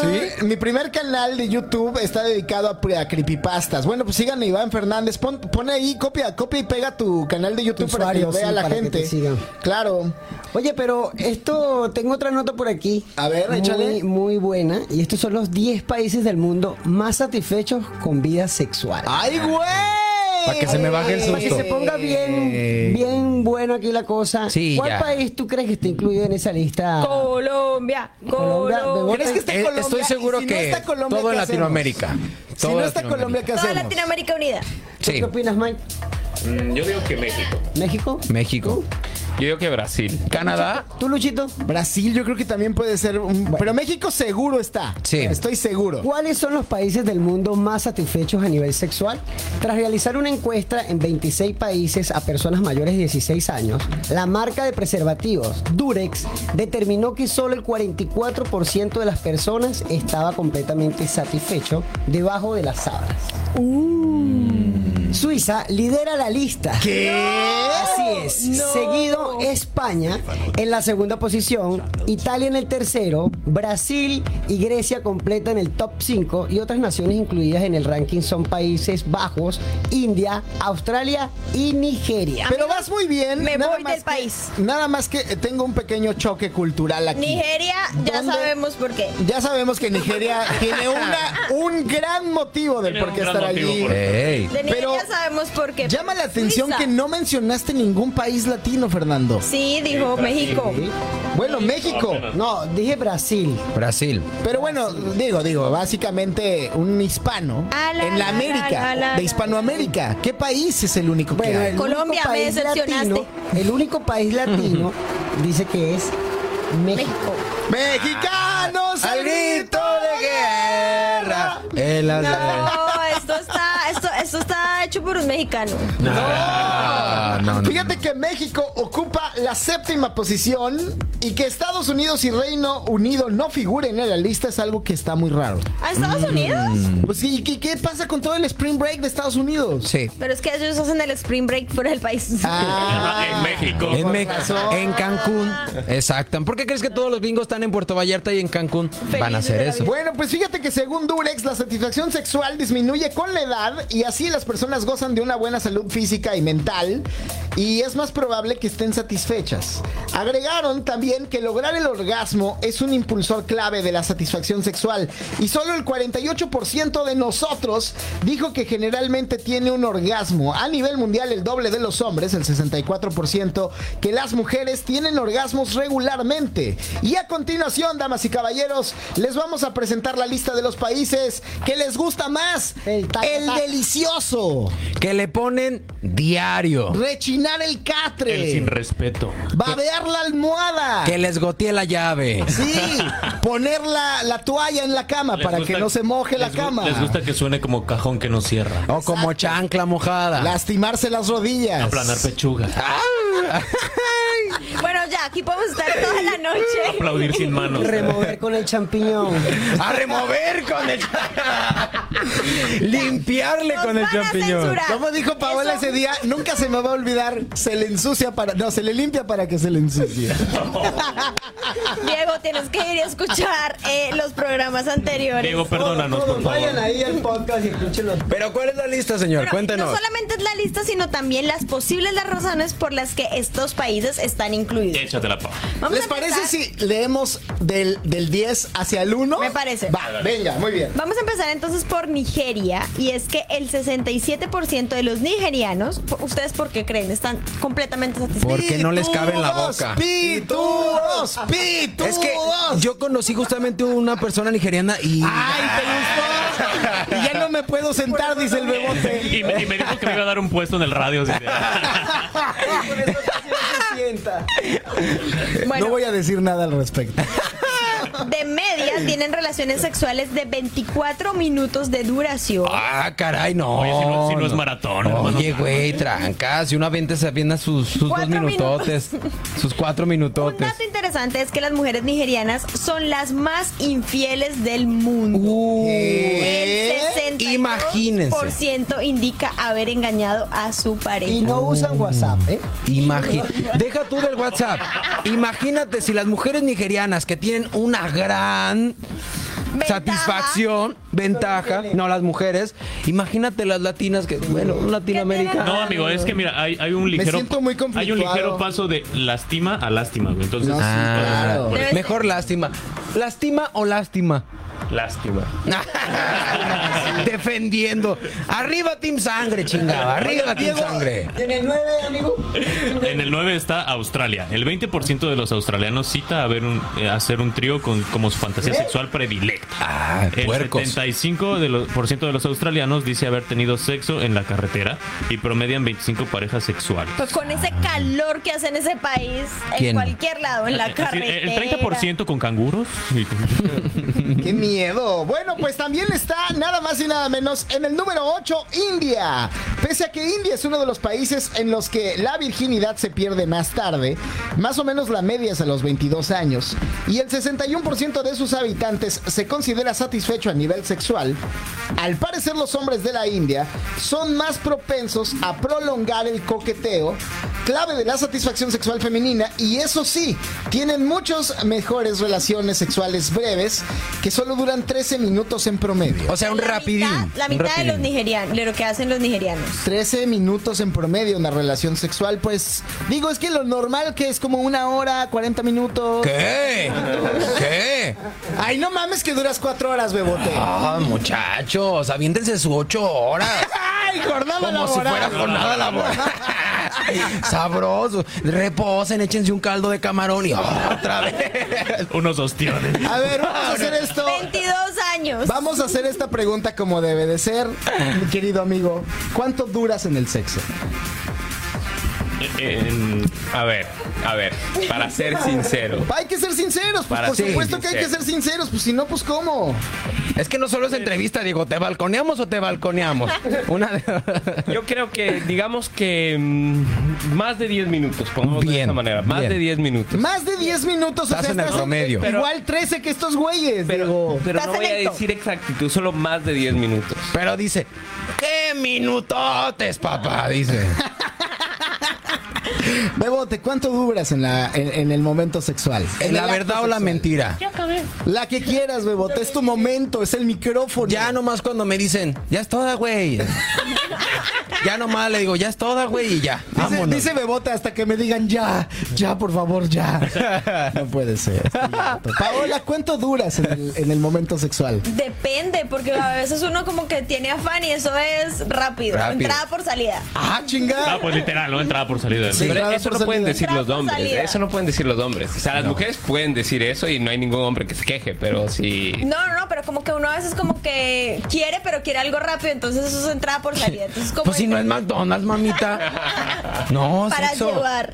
S5: mi primer canal de YouTube está dedicado a, pre- a creepypastas. Bueno, pues sigan a Iván Fernández, pon, pone ahí, copia, copia y pega tu canal de YouTube
S7: Tu
S5: para que lo
S7: usuario,
S5: vea
S7: sí,
S5: la
S7: para que
S5: gente.
S7: te sigan.
S5: Claro.
S7: Oye, pero esto, tengo otra nota por aquí.
S5: A ver, échale.
S7: Muy, muy buena. Y estos son los 10 países del mundo más satisfechos con vida sexual.
S5: ¡Ay, güey!
S3: Para que se me baje el
S7: Para que
S3: susto. Eh,
S7: se ponga bien, bien bueno aquí la cosa.
S3: Sí,
S7: ¿Cuál
S3: ya.
S7: país tú crees que está incluido en esa lista?
S2: Colombia,
S7: Colombia,
S2: Colombia.
S7: de vuelta.
S5: ¿Crees que está
S3: Eh,
S5: Colombia?
S3: Estoy seguro
S5: Y si no
S3: que
S5: está Colombia,
S3: todo en
S5: ¿qué hacemos?
S3: Latinoamérica.
S5: Si
S3: Todo
S5: no
S3: en
S5: está Colombia, ¿qué
S2: Toda
S5: hacemos?
S2: Latinoamérica unida.
S7: ¿Tú
S3: Sí,
S7: ¿Qué opinas, Mike?
S6: Mm, Yo digo que México.
S7: ¿México?
S3: México.
S6: Yo digo que Brasil.
S3: Canadá.
S7: ¿Tú, Luchito?
S5: Brasil, yo creo que también puede ser. un- Pero México seguro está.
S3: Sí.
S5: Estoy seguro.
S7: ¿Cuáles son los países del mundo más satisfechos a nivel sexual? Tras realizar una encuesta en 26 países a personas mayores de 16 años, la marca de preservativos Durex determinó que solo el 44% de las personas estaba completamente satisfecho debajo de las sábanas. Suiza lidera la lista. Así es. Seguido España en la segunda posición, Italia en el tercero, Brasil y Grecia completa en el top 5 y otras naciones incluidas en el ranking son Países Bajos, India, Australia y Nigeria.
S5: Pero vas muy bien.
S2: me
S5: nada
S2: voy
S5: más
S2: del
S5: que-
S2: país.
S5: Nada más que eh, tengo un pequeño choque cultural aquí.
S2: Nigeria, ya
S5: ¿Dónde?
S2: sabemos por qué.
S5: Ya sabemos que Nigeria tiene una- un gran motivo del
S4: Tiene
S5: por
S4: un
S5: qué
S4: gran
S5: estar
S4: motivo
S5: allí.
S4: por el-
S3: Ey.
S2: De Nigeria
S5: Pero
S2: sabemos por qué.
S5: Llama la
S2: Suiza.
S5: atención que no mencionaste ningún país latino, Fernando.
S2: Sí, dijo México.
S5: Bueno, México.
S7: No, dije Brasil.
S3: Brasil.
S5: Pero bueno, digo, digo, básicamente un hispano
S2: Ah, la,
S5: en la
S2: la,
S5: América,
S2: la, la,
S5: de
S2: la.
S5: Hispanoamérica. ¿Qué país es el único que
S7: Bueno,
S5: hay?
S7: el
S2: Colombia,
S7: único
S2: me
S7: país
S2: decepcionaste.
S7: latino- el único país latino dice que es México.
S5: ¡Mexicanos!
S3: Al grito de guerra. El
S5: Ah,
S3: alza-
S2: No, esto está, esto, esto está hecho por un mexicano.
S3: Ah, no, no.
S5: Fíjate que México ocupa la séptima posición y que Estados Unidos y Reino Unido no figuren en la lista es algo que está muy raro.
S2: ¿A
S6: Mm.
S2: Estados Unidos?
S5: Pues sí, ¿qué, qué pasa con todo el Spring Break de Estados Unidos?
S3: Sí.
S2: Pero es que ellos hacen el spring break fuera del país.
S5: Ah,
S6: En México.
S3: En,
S5: Con
S3: Mex-
S5: razón.
S3: en Cancún. Exacto. ¿Por qué crees que todos los bingos están en Puerto Vallarta y en Cancún? Van a hacer eso.
S5: Bueno, pues fíjate que según Durex, la satisfacción sexual disminuye con la edad y así las personas gozan de una buena salud física y mental y es más probable que estén satisfechas. Agregaron también que lograr el orgasmo es un impulsor clave de la satisfacción sexual y solo el 48% de nosotros dijo que generalmente tiene un orgasmo. A nivel mundial, el doble de los hombres, el 64%, que las mujeres tienen orgasmos regularmente. Y a continuación, damas y caballeros, les vamos a presentar la lista de los países que les gusta más. El,
S7: El tac, tac.
S5: delicioso.
S3: Que le ponen diario.
S5: Rechinar el
S4: El sin
S5: catre.
S4: respeto.
S5: Babear la almohada.
S3: Que les gotee la llave.
S5: Sí, poner la, la toalla en la cama
S4: Les
S5: para
S4: gusta-
S5: que no se moje la
S4: les gu-
S5: cama.
S4: Les gusta que suene como cajón que no cierra.
S3: O como chancla mojada.
S5: Lastimarse las rodillas.
S4: Aplanar pechuga.
S2: Bueno, ya, aquí podemos estar toda la noche.
S4: Aplaudir sin manos.
S7: Remover con el champiñón.
S3: A remover con el Limpiarle
S2: Nos
S3: con el
S2: van a
S3: champiñón.
S2: censurar.
S5: Como dijo Paola
S2: Eso-
S5: ese día, nunca se me va a olvidar, se le ensucia para... No, se le limpia para que se le ensucie.
S2: Diego, tienes que ir a escuchar eh, los programas anteriores.
S4: Diego, perdónanos, por
S7: Todos Vayan
S4: favor.
S7: ahí al podcast y escúchenlo.
S3: Pero ¿cuál es la lista, señor?
S2: Pero
S3: Cuéntenos.
S2: No solamente es la lista, sino también las posibles las razones por las que estos países están incluidos.
S4: Échate la pava.
S2: Vamos
S5: ¿Les
S2: a
S5: parece
S2: empezar-
S5: si leemos del, del 10 hacia el 1?
S2: Me parece.
S5: Va, venga, muy bien.
S2: Vamos a empezar entonces por Nigeria y es que el 67% de los nigerianos, ¿ustedes por qué creen? Están completamente satisfechos.
S3: Porque no les cabe en la
S5: Pitudos,
S3: boca.
S5: Pitudos, pitudos.
S3: Es que yo conocí justamente una persona nigeriana y.
S5: ¡Ay, te gustó! Y ya no me puedo sentar, dice el bebote.
S4: Y me, y me dijo que me iba a dar un puesto en el radio. así de-
S5: Por eso casi no se sienta.
S2: Bueno,
S5: No voy a decir nada al respecto.
S2: de media tienen relaciones sexuales de 24 minutos de duración.
S3: Ah, caray, no.
S4: Oye, si no- si no es maratón, hermano.
S3: Oye, güey, tranca. Si una vente se avienta sus, sus dos
S2: Cuatro
S3: minutotes. Sus cuatro
S2: Un
S3: minutotes.
S2: dato interesante es que las mujeres nigerianas son las más infieles del mundo.
S3: Uh,
S5: ¿Qué?
S2: El 62%
S3: Imagínense.
S2: indica haber engañado a su pareja.
S7: Y no usan WhatsApp, ¿eh?
S3: Imagi- Deja tú del WhatsApp. Imagínate si las mujeres nigerianas que tienen una gran
S2: Ventaja.
S3: satisfacción, ventaja, no las mujeres, imagínate las latinas que, bueno, Latinoamérica.
S4: No, amigo, es que mira, hay, hay un ligero.
S5: siento muy
S4: Hay un
S5: conflictuado.
S4: ligero paso de lastima a lástima, güey. Entonces,
S5: No, sí,
S4: ah,
S5: claro.
S2: Debe
S3: Mejor lástima. ¿Lástima o lástima?
S6: Lástima.
S3: Defendiendo. Arriba Team Sangre, chingada. Arriba Team Sangre.
S7: En el 9, amigo.
S4: en el 9 está Australia. El 20% de los australianos cita haber un, eh, hacer un trío con, como su fantasía
S5: ¿Eh?
S4: sexual predilecta.
S3: Ah,
S4: El
S3: puercos.
S4: 75% de los, por ciento de los australianos dice haber tenido sexo en la carretera y promedian 25 parejas sexuales.
S2: Pues con ese calor que hace en ese país,
S3: ¿Quién?
S2: en cualquier lado, en la
S4: Es decir,
S2: carretera.
S4: Ah, el 30% con canguros.
S5: ¡Qué miedo! Bueno, pues también está nada más y nada menos en el número 8, India. Pese a que India es uno de los países en los que la virginidad se pierde más tarde, más o menos la media es a los 22 años, y el 61% de sus habitantes se considera satisfecho a nivel sexual, al parecer los hombres de la India son más propensos a prolongar el coqueteo, clave de la satisfacción sexual femenina, y eso sí, tienen muchas mejores relaciones sexuales breves que solo duran 13 minutos en promedio.
S3: O sea, un
S2: La
S3: rapidín.
S2: mitad- la
S3: un
S2: mitad de los
S3: rapidín.
S2: nigerianos, de lo que hacen los nigerianos.
S5: 13 minutos en promedio una relación sexual, pues digo, es que lo normal que es como una hora, 40 minutos.
S3: ¿Qué? ¿Qué?
S5: Ay, no mames que duras 4 horas, bebote.
S3: Ah, muchachos, aviéntense sus ocho horas.
S5: Ay, jornada
S3: Como si
S5: laboral.
S3: fuera jornada laboral. Sabroso. Reposen, échense un caldo de camarón y otra vez.
S4: unos ostiones.
S5: A ver, vamos a hacer esto.
S2: 22 años.
S5: Vamos a hacer esta pregunta como debe de ser, mi querido amigo. ¿Cuánto duras en el sexo?
S6: En- a ver, a ver, para ser sincero.
S5: Hay que ser sinceros, pues,
S6: Para
S5: por
S6: ser
S5: supuesto que hay que ser
S6: sincero.
S5: sinceros, pues si no, pues cómo.
S3: Es que no solo es entrevista, Diego. ¿Te balconeamos o te balconeamos? Una de...
S6: Yo creo que, digamos que mm, más de 10 minutos, pongamos de
S3: Bien,
S6: esa manera, más
S3: bien.
S6: de 10 minutos.
S5: Más de 10 minutos,
S3: Estás en el promedio.
S5: Pero- igual 13 que estos güeyes.
S6: Pero,
S5: Diego.
S6: pero no
S2: Estás
S6: voy a
S2: electo.
S6: decir exactitud, solo más de 10 minutos.
S3: Pero dice, ¡qué minutotes, papá! Dice.
S5: Bebote, ¿cuánto duras en, la, en, en el momento sexual? En
S3: ¿La
S5: el
S3: verdad
S5: acto
S3: o la
S5: sexual.
S3: mentira?
S5: La que quieras, Bebote, es tu momento, es el micrófono.
S3: Ya nomás cuando me dicen, ya es toda, güey. Ya nomás le digo, ya es toda, güey, y ya.
S5: Dice,
S3: Vámonos.
S5: dice Bebote hasta que me digan ya, ya, por favor, ya. No puede ser. estoy harto. Paola, ¿cuánto duras en el, en el momento sexual?
S2: Depende, porque a veces uno como que tiene afán y eso es rápido.
S3: Rápido.
S2: Entrada por salida.
S5: Ah,
S4: Ah,
S5: chingada.
S4: pues literal, no entrada por salida.
S5: Sí.
S6: Pero
S5: Entrada
S6: eso
S5: por
S6: no pueden
S5: salida.
S6: decir los
S2: Entrada por
S6: hombres.
S2: salida.
S6: Eso no pueden decir los hombres. O sea, las mujeres pueden decir eso y no hay ningún hombre que se queje, pero sí.
S2: No, no, no, pero como que uno a veces como que quiere, pero quiere algo rápido, entonces eso es entrada por salida. Entonces como
S3: Pues si no es McDonald's, mamita. No,
S2: para
S3: sexo.
S2: llevar.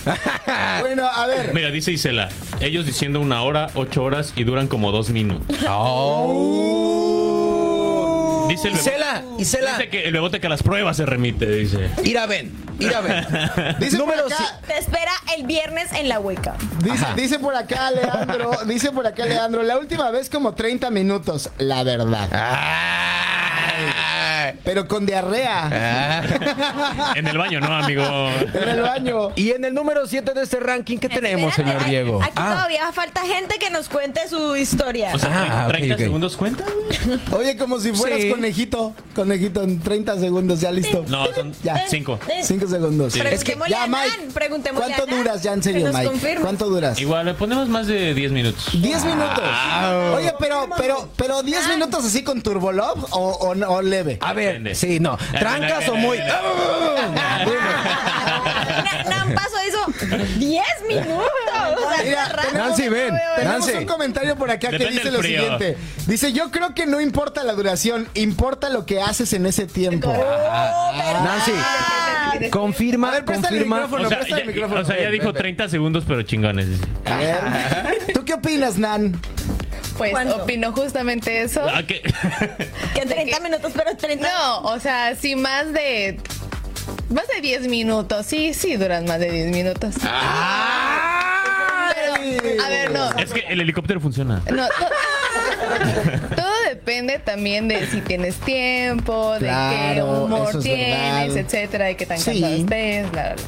S5: Bueno, a ver.
S4: Mira, dice Isela, ellos diciendo una hora, ocho horas y duran como dos minutos.
S3: Oh.
S4: Dice dice el bebote.
S3: Isela, Isela,
S4: Dice que el bebote que a las pruebas se remite, dice.
S3: ir a ven, ir a ven.
S5: Dice por
S3: Número
S5: acá-
S2: Te espera el viernes en la hueca.
S5: Dice, dice por acá Leandro, dice por acá Leandro, la última vez como 30 minutos, la verdad.
S3: Ah.
S5: Pero con diarrea
S3: Ah.
S4: En el baño, ¿no, amigo?
S5: en el baño.
S3: Y en el número 7 de este ranking, ¿qué tenemos,
S2: Espérate,
S3: señor
S2: a-
S3: Diego?
S2: Aquí
S3: Ah,
S2: todavía falta gente que nos cuente su historia.
S4: O sea,
S3: Ah, ok,
S4: 30
S3: ok.
S4: segundos cuenta.
S5: Oye, como si fueras
S3: Sí.
S5: conejito. Conejito en 30 segundos, ya listo.
S4: No, son
S5: Ya.
S4: 5.
S2: Eh,
S5: 5 segundos.
S2: Es que- Preguntémosle a Nan, preguntémosle
S5: ¿Cuánto
S2: a Nan,
S5: duras ya en serio,
S2: que nos
S5: Mike?
S2: confirme.
S5: ¿Cuánto duras?
S4: Igual le ponemos más de 10 minutos.
S5: 10 minutos.
S4: Ah.
S5: Oye, pero pero pero 10 minutos así con Turbolob o, o, no- o leve.
S3: a ver,
S4: Depende.
S3: sí, no. ¿Trancas o muy?
S4: Ah.
S2: Na- Nan pasó eso 10 minutos. O sea,
S5: Mira,
S2: está raro.
S3: Nancy, ven.
S5: Tenemos
S3: Nancy.
S5: un comentario por acá que
S4: Depende
S5: dice
S4: del
S5: lo
S4: frío.
S5: siguiente. Dice, yo creo que no importa la duración, importa lo que haces en ese tiempo.
S3: Nancy, confirma,
S5: A ver, préstale el
S3: confirma.
S5: micrófono,
S4: O sea,
S5: préstale el
S4: ya,
S5: micrófono.
S4: o sea, ya dijo 30 segundos, pero chingones. dice.
S5: A ver. ¿Tú qué opinas, Nan?
S10: Pues
S2: ¿Cuándo?
S10: opino justamente eso.
S4: Ah, ¿qué?
S2: Que 30 minutos, pero 30
S10: No, o sea, si más de más de 10 minutos. Sí, sí duran más de 10 minutos. Pero, a ver, no.
S4: Es que el helicóptero funciona.
S10: No, to- todo depende también de si tienes tiempo, de qué
S5: Claro, eso
S10: humor
S5: es
S10: tienes,
S5: verdad.
S10: etcétera, de qué tan
S5: Sí.
S10: cansado estés, bla, bla, bla.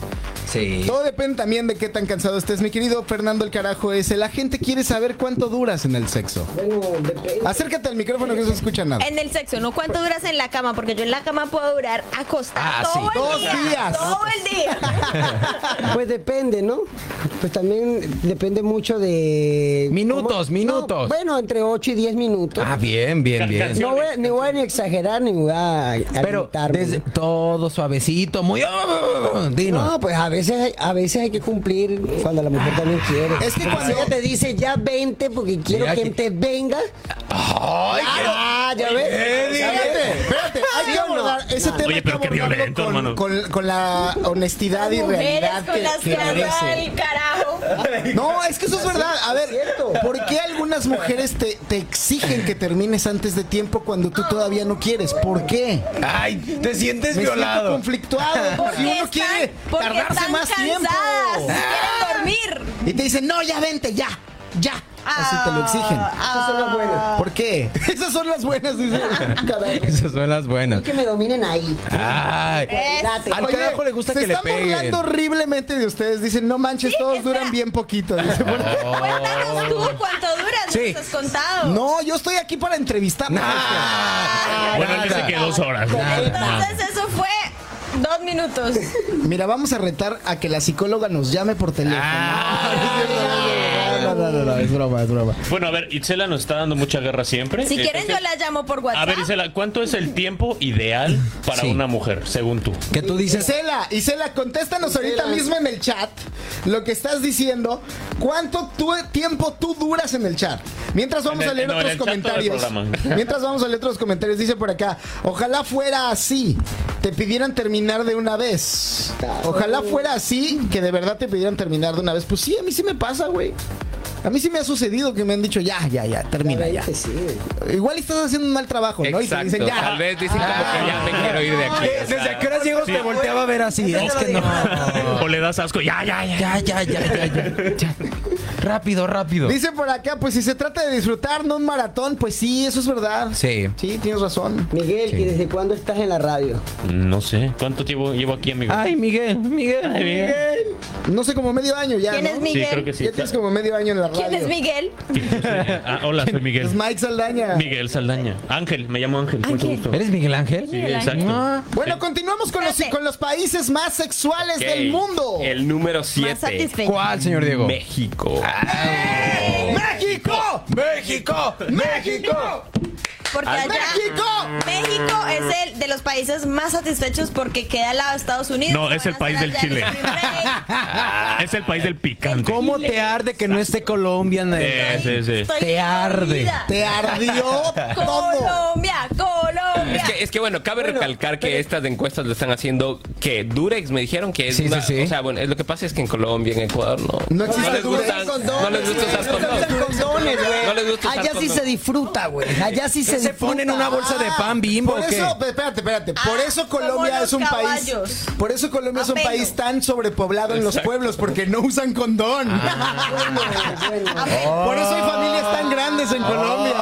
S3: Sí.
S5: Todo depende también de qué tan cansado estés, mi querido Fernando el carajo ese. La gente quiere saber cuánto duras en el sexo.
S7: Bueno, depende.
S5: Acércate al micrófono que no se escucha nada.
S2: En el sexo, ¿no? ¿Cuánto duras en la cama? Porque yo en la cama puedo durar acostada
S3: Ah,
S2: todo
S3: sí.
S2: el
S5: Dos
S2: día.
S5: días.
S2: Todo el día.
S7: Pues depende, ¿no? Pues también depende mucho de...
S3: Minutos,
S7: No,
S3: minutos.
S7: bueno, entre 8 y diez minutos.
S3: Ah, bien, bien, bien.
S7: No voy, a- ni voy a ni exagerar ni voy a a
S3: Pero
S7: limitarme.
S3: desde todo suavecito, muy. oh, Dino.
S7: No, pues a veces, hay- a veces hay que cumplir cuando la mujer también quiere.
S5: Es que
S7: Porque
S5: cuando-
S7: si ella te dice ya 20 porque quiero
S3: Mira
S7: que
S3: que-
S7: te venga.
S3: ¡Ay,
S7: Ah, ya ves.
S3: bien,
S5: Espérate, espérate, hay que
S7: ¿Sí o no?
S5: abordar ese tema
S4: Oye,
S5: hay que
S4: pero qué
S5: abordarlo
S4: violento,
S5: con,
S4: hermano.
S5: con- con la honestidad y
S2: Mujeres
S5: realidad
S2: con
S5: que,
S2: las
S5: que
S2: que anda
S5: merece.
S2: el carajo.
S5: No, es que eso es verdad. A ver,
S7: cierto.
S5: ¿por qué algunas mujeres te, te exigen que termines antes de tiempo cuando tú todavía no quieres? ¿Por qué?
S3: Ay, te sientes
S5: Me siento conflictuado.
S2: Porque
S5: si uno
S2: están-
S5: quiere
S2: porque
S5: tardarse
S2: están
S5: más tiempo. Ah.
S2: cansadas, Quieren dormir.
S5: Y te dicen, no, ya vente, ya, ya. Así te lo exigen.
S7: Esas son las buenas.
S5: ¿Por qué? Esas son las buenas, dice. Caray.
S3: Esas son las buenas.
S7: Que me dominen ahí.
S3: Ay.
S7: Date.
S3: Al
S5: Oye,
S3: carajo le gusta
S5: se
S3: que le
S5: están
S3: peguen.
S5: burlando horriblemente de ustedes. Dicen, no manches, todos duran bien poquito. Dice, "Bueno,
S2: Cuéntanos tú cuánto duras.
S3: Sí.
S2: Nos has contado.
S5: no, yo estoy aquí para entrevistar.
S4: Bueno, él dice que dos horas.
S2: Entonces eso fue dos minutos.
S5: Mira, vamos a retar a que la psicóloga nos llame por teléfono. No, no, no, no, es broma, es broma.
S4: Bueno, a ver, Itzela nos está dando mucha guerra siempre.
S2: Si quieren yo
S4: Entonces,
S2: la ¿ah? llamo por WhatsApp.
S4: A ver, Isela, ¿cuánto es el tiempo ideal para
S3: Sí.
S4: una mujer, según tú?
S3: Que tú dices.
S5: Isela, Isela, contéstanos ahorita mismo en el chat lo que estás diciendo. ¿Cuánto tú- tiempo tú duras en el chat? Mientras vamos
S4: En el-
S5: a leer
S4: no, en
S5: otros
S4: el chat todo el
S5: comentarios.
S4: programa.
S5: Mientras vamos a leer otros comentarios, dice por acá, ojalá fuera así, te pidieran terminar de una vez. Ojalá fuera así, que de verdad te pidieran terminar de una vez. Pues sí, a mí sí me pasa, güey. A mí sí me ha sucedido que me han dicho, ya, ya, ya, termina ya. Igual estás haciendo un mal trabajo,
S3: Pues
S5: ¿no? Y te
S6: Exacto.
S5: dicen, ya.
S6: Tal vez dicen como que ya me quiero ir de aquí.
S3: Eh, ¿Desde a qué horas Diego te volteaba a ver así? ¿eh? Es que no.
S4: O le das asco. Ya, ya, ya.
S3: Ya, ya, ya, ya, ya. ya. Rápido, rápido.
S5: Dice por acá, pues si se trata de disfrutar, no un maratón, pues sí, eso es verdad.
S3: Sí.
S5: Sí, tienes razón.
S7: Miguel, ¿y desde cuándo estás en la radio?
S4: No sé. ¿Cuánto tiempo llevo aquí, amigo?
S3: Ay, Miguel, Miguel, Miguel.
S5: No sé, como medio año ya.
S2: ¿Quién
S5: ¿no?
S2: es
S4: sí, creo que
S2: Miguel?
S4: sí.
S5: Ya tienes como medio año en la radio.
S2: ¿Quién es Miguel?
S4: Ah, hola, soy Miguel.
S5: Es Mike Saldaña.
S4: Miguel Saldaña. Ángel, me llamo Ángel. Mucho
S2: Ángel.
S4: gusto.
S3: ¿Eres Miguel Ángel?
S4: Sí, exacto.
S3: Ah.
S5: Bueno, continuamos con los,
S2: Espérate.
S5: con los países más sexuales
S6: Ok.
S5: del mundo.
S6: El número
S2: Más
S6: 7.
S2: satisfecho.
S3: ¿Cuál, señor Diego?
S6: México.
S5: ¡México!
S3: México, México.
S2: Porque
S6: ¡Al
S2: allá
S5: ¡México!
S2: México es el de los países más satisfechos porque queda al lado de Estados Unidos.
S4: No, es
S2: Van
S4: el
S2: a
S4: país
S2: hacer
S4: del
S2: allá
S4: chile.
S2: el spring
S4: Ah. Es el país del picante.
S3: ¿Cómo te arde que no esté Colombia en el-
S4: Sí, Eh, sí,
S2: break.
S4: sí.
S2: Estoy
S3: Te arde.
S2: dolida.
S5: Te ardió todo.
S2: Colombia, Colombia.
S6: Es que, es que bueno, cabe recalcar que estas encuestas lo están haciendo que Durex me dijeron que es
S3: Sí, sí,
S6: una,
S3: sí.
S6: o sea, bueno, es- lo que pasa es que en Colombia, en Ecuador no.
S5: No existe
S6: les
S5: Durex.
S6: gustan-
S5: Condones,
S6: no les gusta usar
S5: güey. No
S6: condones.
S5: usan condones, güey.
S6: No les gusta usar
S7: Allá sí
S6: condones.
S7: se disfruta, güey. Allá sí se,
S3: se
S7: disfruta.
S3: ponen una bolsa de pan bimbo
S5: Por
S3: o qué?
S5: eso, espérate, espérate. Por
S2: Ah,
S5: eso
S2: como
S5: Colombia
S2: los
S5: es un
S2: caballos.
S5: país. Por eso Colombia es un
S2: Apelo.
S5: país tan sobrepoblado en los
S6: Exacto.
S5: pueblos, porque no usan condón. Por eso hay familias tan grandes en Colombia.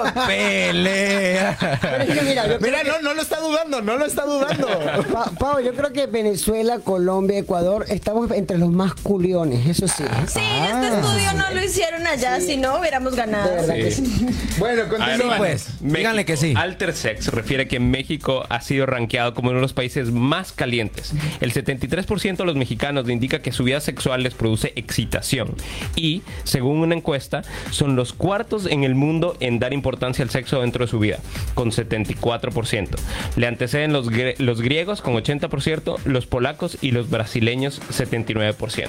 S3: Pelea.
S7: Pero es que mira, yo creo
S5: Mira, no, no lo está dudando, no lo está dudando.
S7: Pa- Pau, yo creo que Venezuela, Colombia, Ecuador, estamos entre los más culiones, eso sí.
S5: Ah,
S2: Sí, este estudio no lo hicieron allá, si no hubiéramos
S7: De
S2: ganado.
S7: verdad que
S6: Sí.
S7: sí.
S5: Bueno,
S6: A ver,
S5: continúa.
S6: bueno,
S3: pues, díganle que sí.
S6: Alter Sex refiere que México ha sido rankeado como uno de los países más calientes. El 73% de los mexicanos le indica que su vida sexual les produce excitación. Y, según una encuesta, son los cuartos en el mundo en dar importancia al sexo dentro de su vida, con 74%. Le anteceden los, gre- los griegos con 80%, los polacos y los brasileños 79%.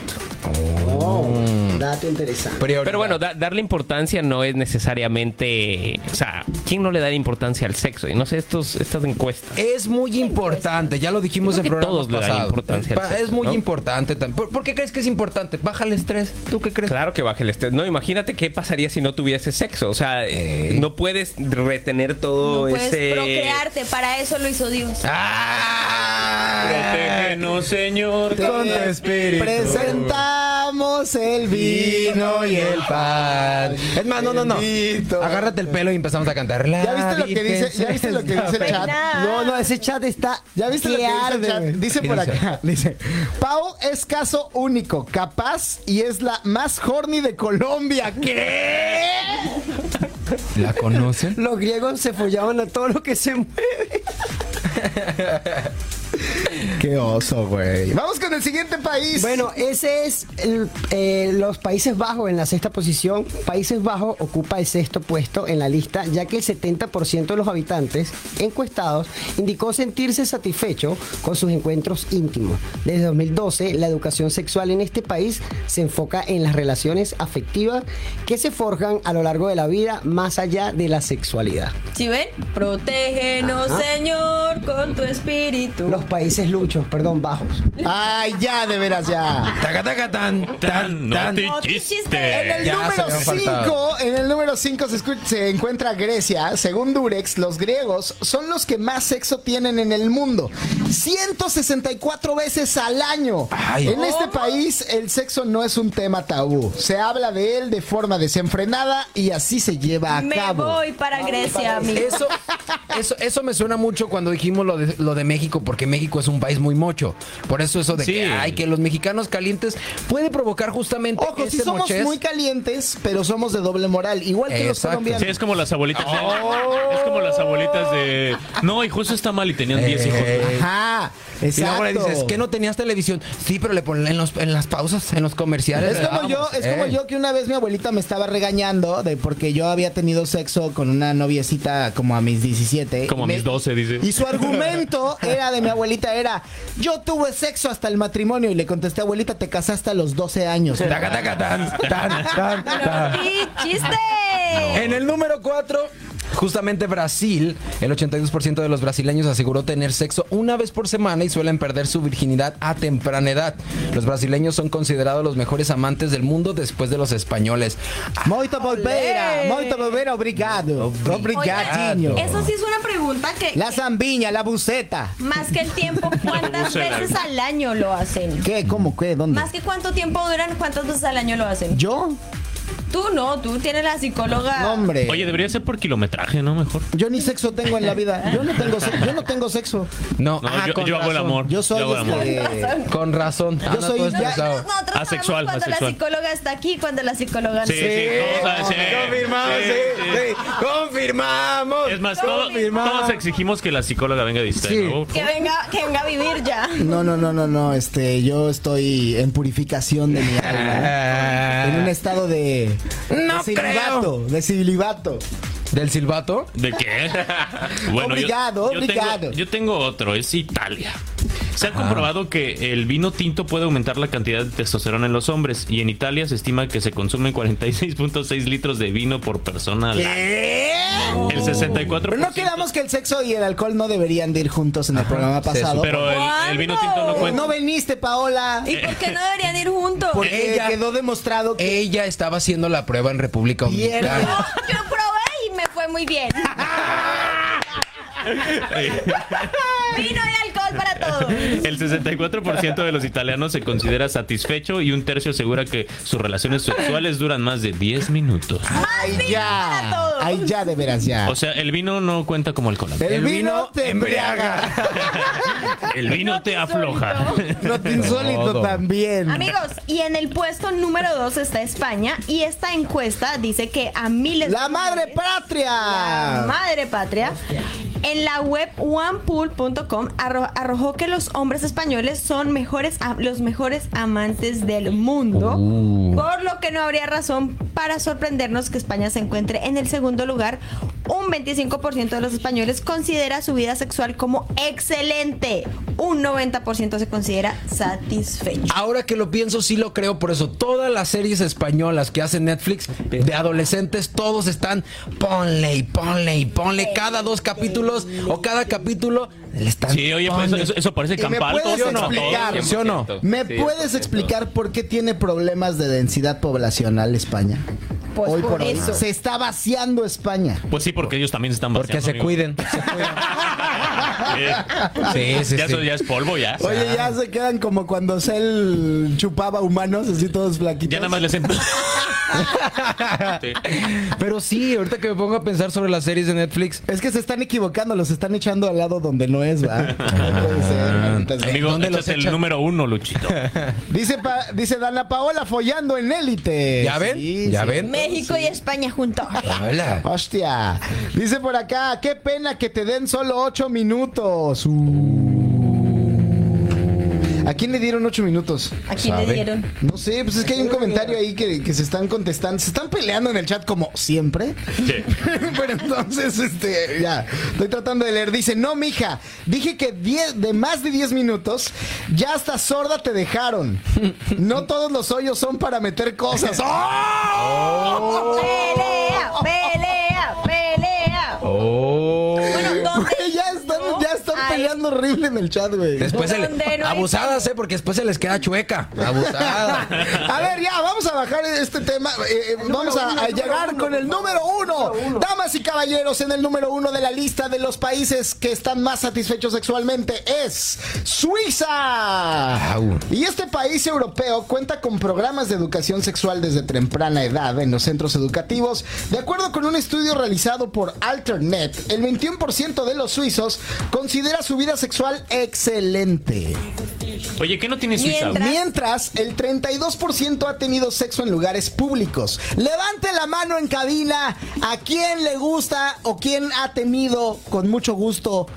S5: Mm.
S7: Dato interesante.
S6: Pero bueno, da- darle importancia no es necesariamente... O sea, ¿quién no le da importancia al sexo? Y no sé, estos, estas encuestas.
S3: Es muy importante, ya lo dijimos
S6: Creo
S3: en
S6: que
S3: programas
S6: todos le dan
S3: pasados.
S6: importancia al
S3: Pa-
S6: sexo,
S3: es muy
S6: ¿no?
S3: importante. tam- ¿Por, por qué crees que es importante? Baja el estrés. ¿Tú qué crees?
S6: Claro que baje el estrés. No, imagínate qué pasaría si no tuviese sexo. O sea, eh, no puedes retener todo
S2: No puedes
S6: ese.
S2: Pues procrearte, para eso lo hizo Dios.
S3: Ah,
S4: Protégenos, Señor.
S3: Con tu espíritu.
S5: Presentamos el vino y el pan.
S3: Es más, no, no, no.
S5: Bendito.
S3: Agárrate el pelo y empezamos a cantar.
S5: ¿Ya viste lo que dice? ¿Ya viste lo que dice el chat?
S7: No, no, ese chat está.
S5: ¿Ya viste lo
S7: que
S5: que dice el
S7: arde,
S5: chat?
S7: güey.
S5: Dice
S3: ¿Qué
S5: por
S3: dice?
S5: acá, dice, Pau es caso único, capaz y es la más horny de Colombia. ¿Qué?
S3: ¿La conocen?
S7: Los griegos se follaban a todo lo que se mueve.
S5: Qué oso, güey. Vamos con el siguiente país.
S7: Bueno, ese es el- eh, los Países Bajos en la sexta posición. Países Bajos ocupa el sexto puesto en la lista, ya que el 70% de los habitantes encuestados indicó sentirse satisfecho con sus encuentros íntimos. Desde 2012, la educación sexual en este país se enfoca en las relaciones afectivas que se forjan a lo largo de la vida más allá de la sexualidad.
S2: ¿Sí ven? Protégenos,
S7: Ajá.
S2: Señor, con tu espíritu.
S7: Los países luchos, perdón, bajos.
S5: Ay, ya, de veras, ya.
S3: Taca, taca, tan, tan,
S4: no
S3: tan.
S4: te
S2: No te
S4: chiste.
S2: chiste.
S5: En el
S3: Ya se
S5: número
S3: me han
S5: 5,
S3: faltado.
S5: en el número 5 se, escu- se encuentra Grecia. Según Durex, los griegos son los que más sexo tienen en el mundo. 164 veces al año.
S3: Ay.
S5: en este país el sexo no es un tema tabú. Se habla de él de forma desenfrenada y así se lleva a
S2: Me
S5: cabo.
S2: voy para Grecia, amigo.
S3: Eso, eso, eso me suena mucho cuando dijimos lo de, lo de México, porque México es un país muy mocho. Por eso eso de
S4: Sí.
S3: que, ay, que los mexicanos calientes puede provocar justamente
S5: Ojo, sí
S3: ese
S5: somos
S3: mochez.
S5: muy calientes, pero somos de doble moral, igual que los
S3: Exacto.
S5: colombianos.
S4: Sí, es como las abuelitas. de- Es como las abuelitas de. No, y justo está mal y tenían 10 hijos.
S3: Eh,
S5: Ajá,
S3: Y luego
S5: exacto.
S3: le dices, ¿qué no tenías televisión? Sí, pero le ponen en, los, en las pausas, en los comerciales.
S5: Es como
S4: ah,
S3: Vamos,
S5: yo,
S4: pues,
S5: es como
S3: eh.
S5: yo que una vez mi abuelita me estaba regañando de porque yo había tenido sexo con una noviecita como a mis 17.
S4: Como a
S5: Y me-
S4: mis 12, dice.
S5: Y su argumento era de mi abuelita era, yo tuve sexo hasta el matrimonio y le contesté, abuelita, te casaste a los 12 años.
S3: Taca, taca, tan, tan, tan, tan.
S2: ¡Sí, chiste!
S3: En el número 4, justamente Brasil, el 82% de los brasileños aseguró tener sexo una vez por semana y suelen perder su virginidad a temprana edad. Los brasileños son considerados los mejores amantes del mundo después de los españoles.
S5: Moito volveira, moito volveira, obrigado. Obrigadinho.
S2: Eso sí es una pregunta que,
S5: La zambiña, la buceta.
S2: más que el tiempo, ¿cuántas
S4: Bucela.
S2: veces al año lo hacen?
S5: ¿Qué? ¿Cómo? ¿Qué? ¿Dónde?
S2: Más que cuánto tiempo duran, ¿cuántas veces al año lo hacen?
S5: ¿Yo?
S2: Tú no, tú tienes la psicóloga.
S5: No, hombre.
S4: Oye, debería ser por kilometraje, ¿no? Mejor.
S5: Yo ni sexo tengo en la vida. Yo no tengo, se- yo no tengo sexo.
S3: No,
S4: No,
S3: ah,
S4: yo,
S3: con
S4: yo hago el
S3: razón.
S4: amor.
S5: Yo soy
S4: hago el amor.
S5: este,
S3: Con razón. Ah, no,
S5: soy-
S3: todo
S5: ya-
S3: estresado.
S2: Nosotros, nosotros sabemos
S4: Asexual,
S2: cuando la
S4: asexual.
S2: psicóloga está aquí, cuando la psicóloga
S4: Sí,
S2: no.
S4: sí, todos saben, sí, sí, sí.
S3: Confirmamos.
S4: Es más, todo-
S3: Confirmado.
S4: todos exigimos que la psicóloga venga a distancia.
S3: Sí.
S4: ¿no?
S2: Que venga, que venga a vivir ya.
S5: No, no, no, no, no. Este, yo estoy en purificación de mi alma. En un estado de.
S3: No
S5: de celibato, De celibato.
S3: ¿Del silbato?
S4: ¿De qué?
S5: Obligado, obligado.
S4: Tengo, yo tengo otro, es Italia. Se ha comprobado que el vino tinto puede aumentar la cantidad de testosterona en los hombres y en Italia se estima que se consumen 46.6 litros de vino por persona. al año. El 64%.
S5: Pero no quedamos que el sexo y el alcohol no deberían de ir juntos en el programa pasado.
S4: Pero el, el vino tinto no
S5: no
S4: cuenta.
S5: veniste, Paola.
S2: ¿Y por qué no deberían ir juntos?
S5: Porque
S3: Ella-
S5: quedó demostrado que
S3: Ella estaba haciendo la prueba en República
S5: Pierde.
S3: Dominicana.
S2: Yo probé y me fue muy bien. Vino y alcohol para todos.
S4: El 64% de los italianos se considera satisfecho y un tercio asegura que sus relaciones sexuales duran más de 10 minutos.
S5: Ay, ya. Ay, ya, de veras, ya.
S4: O sea, el vino no cuenta como alcohol.
S5: el, vino te embriaga.
S4: El vino te afloja.
S5: No te insólito
S6: Todo.
S5: también.
S2: Amigos, y en el puesto número 2 está España y esta encuesta dice que a miles
S5: La
S2: de
S5: madre
S2: mujeres- La
S5: patria.
S2: madre patria. En la web onepool.com arro- arrojó que los hombres españoles son mejores a- los mejores amantes del mundo,
S5: Uh.
S2: por lo que no habría razón para sorprendernos que España se encuentre en el segundo lugar. Un 25% de los españoles considera su vida sexual como excelente. Un 90% se considera satisfecho.
S3: Ahora que lo pienso, sí lo creo. Por eso, todas las series españolas que hace Netflix de adolescentes, todos están ponle y ponle y ponle. Cada dos capítulos o cada capítulo le están.
S4: Sí, oye, pues
S3: ponle.
S4: eso, eso parece
S5: ¿Y me
S4: campal.
S5: puedes
S4: ¿todo o no?
S5: explicar?
S3: ¿Sí o no?
S5: ¿Me
S6: Sí,
S5: puedes
S6: 100%.
S5: explicar por qué tiene problemas de densidad poblacional España?
S2: Pues
S5: hoy
S2: por
S5: por hoy.
S2: eso.
S5: Se está vaciando España.
S4: Pues sí, porque ellos también se están
S3: Porque
S6: Ah,
S4: vaciando,
S3: se
S4: amigo.
S3: cuiden.
S4: Eh,
S3: Sí, sí,
S4: ya,
S3: sí.
S4: eso ya es polvo, ya.
S5: Oye, ya se quedan como cuando Cell chupaba humanos, así todos flaquitos.
S4: Ya nada más les em-
S3: Pero sí, ahorita que me pongo a pensar sobre las series de Netflix.
S5: Es que se están equivocando, los están echando al lado donde no es, ¿va? Ah, No puede ser, maldita sea.
S4: Amigo,
S3: ¿Dónde los
S4: échate el
S3: echan?
S4: número uno, Luchito.
S5: Dice, pa- dice Dana Paola follando en élite.
S3: ¿Ya ven?
S5: Sí,
S3: ¿Ya
S5: sí.
S3: ven?
S2: México y España juntos.
S5: Ah,
S3: Hola.
S5: Hostia. Dice por acá, qué pena que te den solo ocho minutos. Uh. ¿A quién le dieron ocho minutos?
S2: ¿A quién le
S3: Sabe.
S2: dieron?
S5: No sé, pues es que hay un comentario ahí que, que se están contestando. Se están peleando en el chat como siempre.
S4: Sí.
S5: Pero entonces, este, ya, estoy tratando de leer. Dice, no, mija, dije que 10 de más de 10 minutos, ya hasta sorda te dejaron. No todos los hoyos son para meter cosas. ¡Oh!
S2: Pelea, pelea, pelea. Bueno, ¿dónde?
S5: Güey, Oh. ya están, ya están
S2: Ay.
S5: peleando horrible en el chat, güey.
S3: Después se le-
S2: ¿Dónde no hay-
S3: abusadas, ¿eh? Porque después se les queda chueca. Abusada.
S5: A ver, ya, vamos a bajar este tema. eh, eh, vamos a, a llegar con el número uno. Damas y caballeros, en el número uno de la lista de los países que están más satisfechos sexualmente es Suiza.
S3: Au.
S5: Y este país europeo cuenta con programas de educación sexual desde temprana edad en los centros educativos. De acuerdo con un estudio realizado por Alternet, el 21% de los suizos considera su vida sexual excelente.
S4: Oye, ¿qué no tiene Suiza?
S2: Mientras-
S5: Mientras el 32% ha tenido sexo en lugares públicos. Levante la mano en cabina a quien le gusta o quien ha tenido con mucho gusto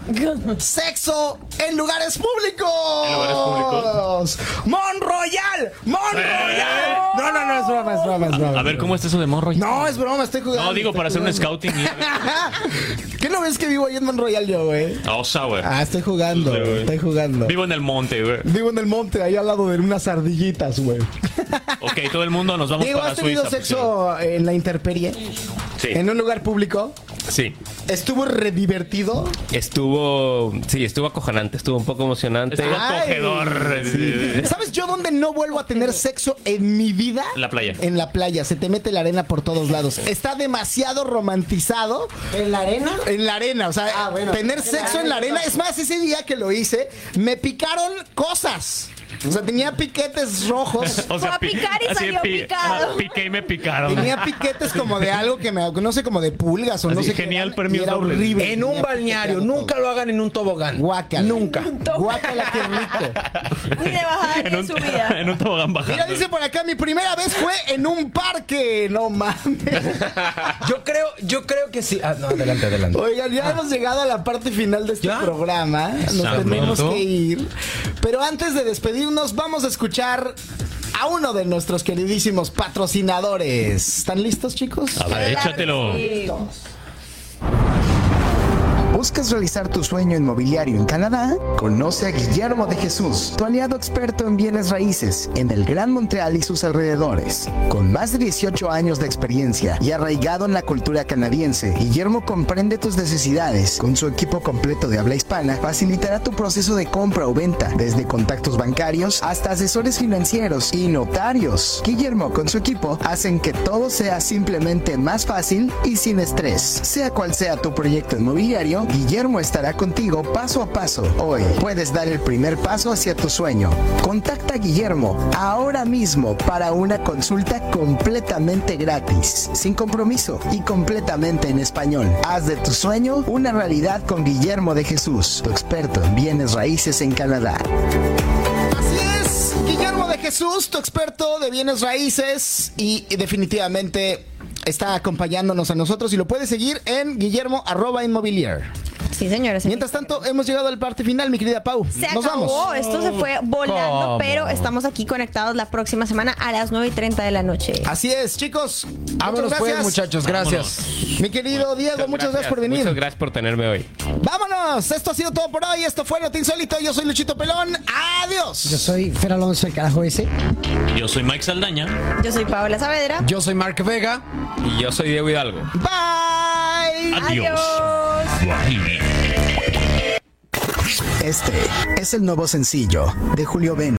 S5: sexo en lugares públicos.
S4: ¿En lugares públicos? Eh.
S5: Monroyal, Monroyal. No, no, no, es broma, es broma, es broma.
S4: A ver, ¿cómo está eso de Monroy?
S5: No, es broma, estoy jugando.
S4: No, digo,
S5: estoy
S4: para hacer un
S5: jugando.
S4: scouting. y-
S5: ¿Qué no ves que vivo ahí en Monroyal yo, güey?
S4: Oh, sour.
S5: Ah, estoy jugando,
S4: Sí, güey.
S5: estoy jugando.
S4: Vivo en el monte, güey.
S5: Vivo en el monte, ahí al lado de unas ardillitas, güey.
S4: Ok, todo el mundo nos vamos
S5: Digo,
S4: para
S5: ¿has tenido
S4: Suiza. pues,
S5: sexo en la interperie?
S6: Sí.
S5: ¿En un lugar público?
S6: Sí.
S5: ¿Estuvo redivertido?
S6: Estuvo. Sí, estuvo acojonante, estuvo un poco emocionante.
S4: Estuvo
S5: Ay,
S4: acogedor.
S5: ¿Sabes yo dónde no vuelvo a tener sexo en mi vida?
S4: En la playa.
S5: En la playa, se te mete la arena por todos lados. Está demasiado romantizado
S7: ¿En la arena?
S5: en la arena, o sea,
S7: Ah, bueno.
S5: tener sexo en la arena. Es más, ese día que lo hice, me picaron cosas. O sea, tenía piquetes rojos.
S4: O
S2: Fue a
S4: pi-
S2: picar y
S4: así
S2: salió
S4: pi-
S2: picado.
S4: ah, piqué y me picaron.
S5: Tenía piquetes como de algo que me, no sé, como de pulgas o no
S4: Así,
S5: sé qué
S4: genial,
S5: eran,
S4: premios
S5: y era
S4: dobles.
S5: horrible.
S3: En un
S5: Tenía
S3: balneario.
S5: piqueteado todo.
S3: Nunca lo hagan en un tobogán.
S5: Guácala.
S3: Nunca.
S5: Guácala, qué rico.
S2: Muy de bajada
S4: En
S2: de
S4: un,
S2: su vida.
S4: en un tobogán
S5: Mira,
S4: bajando.
S5: dice por acá, mi primera vez fue en un parque. No mames.
S3: Yo creo, yo creo que sí. Ah, no, adelante, adelante.
S5: Oigan, ya hemos llegado a la parte final de este
S3: ¿Ya?
S5: programa. Nos
S4: Exacto.
S5: tenemos que ir. Pero antes de despedirnos, vamos a escuchar a uno de nuestros queridísimos patrocinadores. ¿Están listos, chicos?
S4: A ver, échatelo.
S2: Sí.
S5: Un
S9: buscas realizar tu sueño inmobiliario en Canadá, conoce a Guillermo de Jesús, tu aliado experto en bienes raíces en el Gran Montreal y sus alrededores. Con más de 18 años de experiencia y arraigado en la cultura canadiense, Guillermo comprende tus necesidades. Con su equipo completo de habla hispana, facilitará tu proceso de compra o venta, desde contactos bancarios hasta asesores financieros y notarios. Guillermo con su equipo hacen que todo sea simplemente más fácil y sin estrés. Sea cual sea tu proyecto inmobiliario, Guillermo estará contigo paso a paso. Hoy puedes dar el primer paso hacia tu sueño. Contacta a Guillermo ahora mismo para una consulta completamente gratis, sin compromiso y completamente en español. Haz de tu sueño una realidad con Guillermo de Jesús, tu experto en bienes raíces en Canadá.
S5: Así es, Guillermo de Jesús, tu experto de bienes raíces y, y definitivamente está acompañándonos a nosotros y lo puedes seguir en guillermo arroba inmobiliar.
S2: Sí, señores.
S5: Mientras tanto, hemos llegado al parte final, mi querida Pau.
S2: Se
S5: Nos
S2: acabó,
S5: vamos.
S2: esto se fue volando,
S6: ¿Cómo?
S2: pero estamos aquí conectados la próxima semana a las 9 y 30 de la noche.
S5: Así es, chicos. Muchas
S3: Vámonos pues,
S5: gracias.
S3: muchachos. Gracias.
S5: Mi querido Diego, muchas gracias por venir.
S6: Muchas gracias por tenerme hoy.
S5: Vámonos. Esto ha sido todo por hoy. Esto fue Notín Solito. Yo soy Luchito Pelón. Adiós.
S7: Yo soy Fer Alonso, el carajo ese.
S4: Yo soy Mike Saldaña.
S2: Yo soy Paola Saavedra.
S3: Yo soy Mark Vega.
S6: Y yo soy Diego Hidalgo.
S5: Bye.
S4: Adiós.
S2: Adiós.
S9: Este es el nuevo sencillo de Julio Ben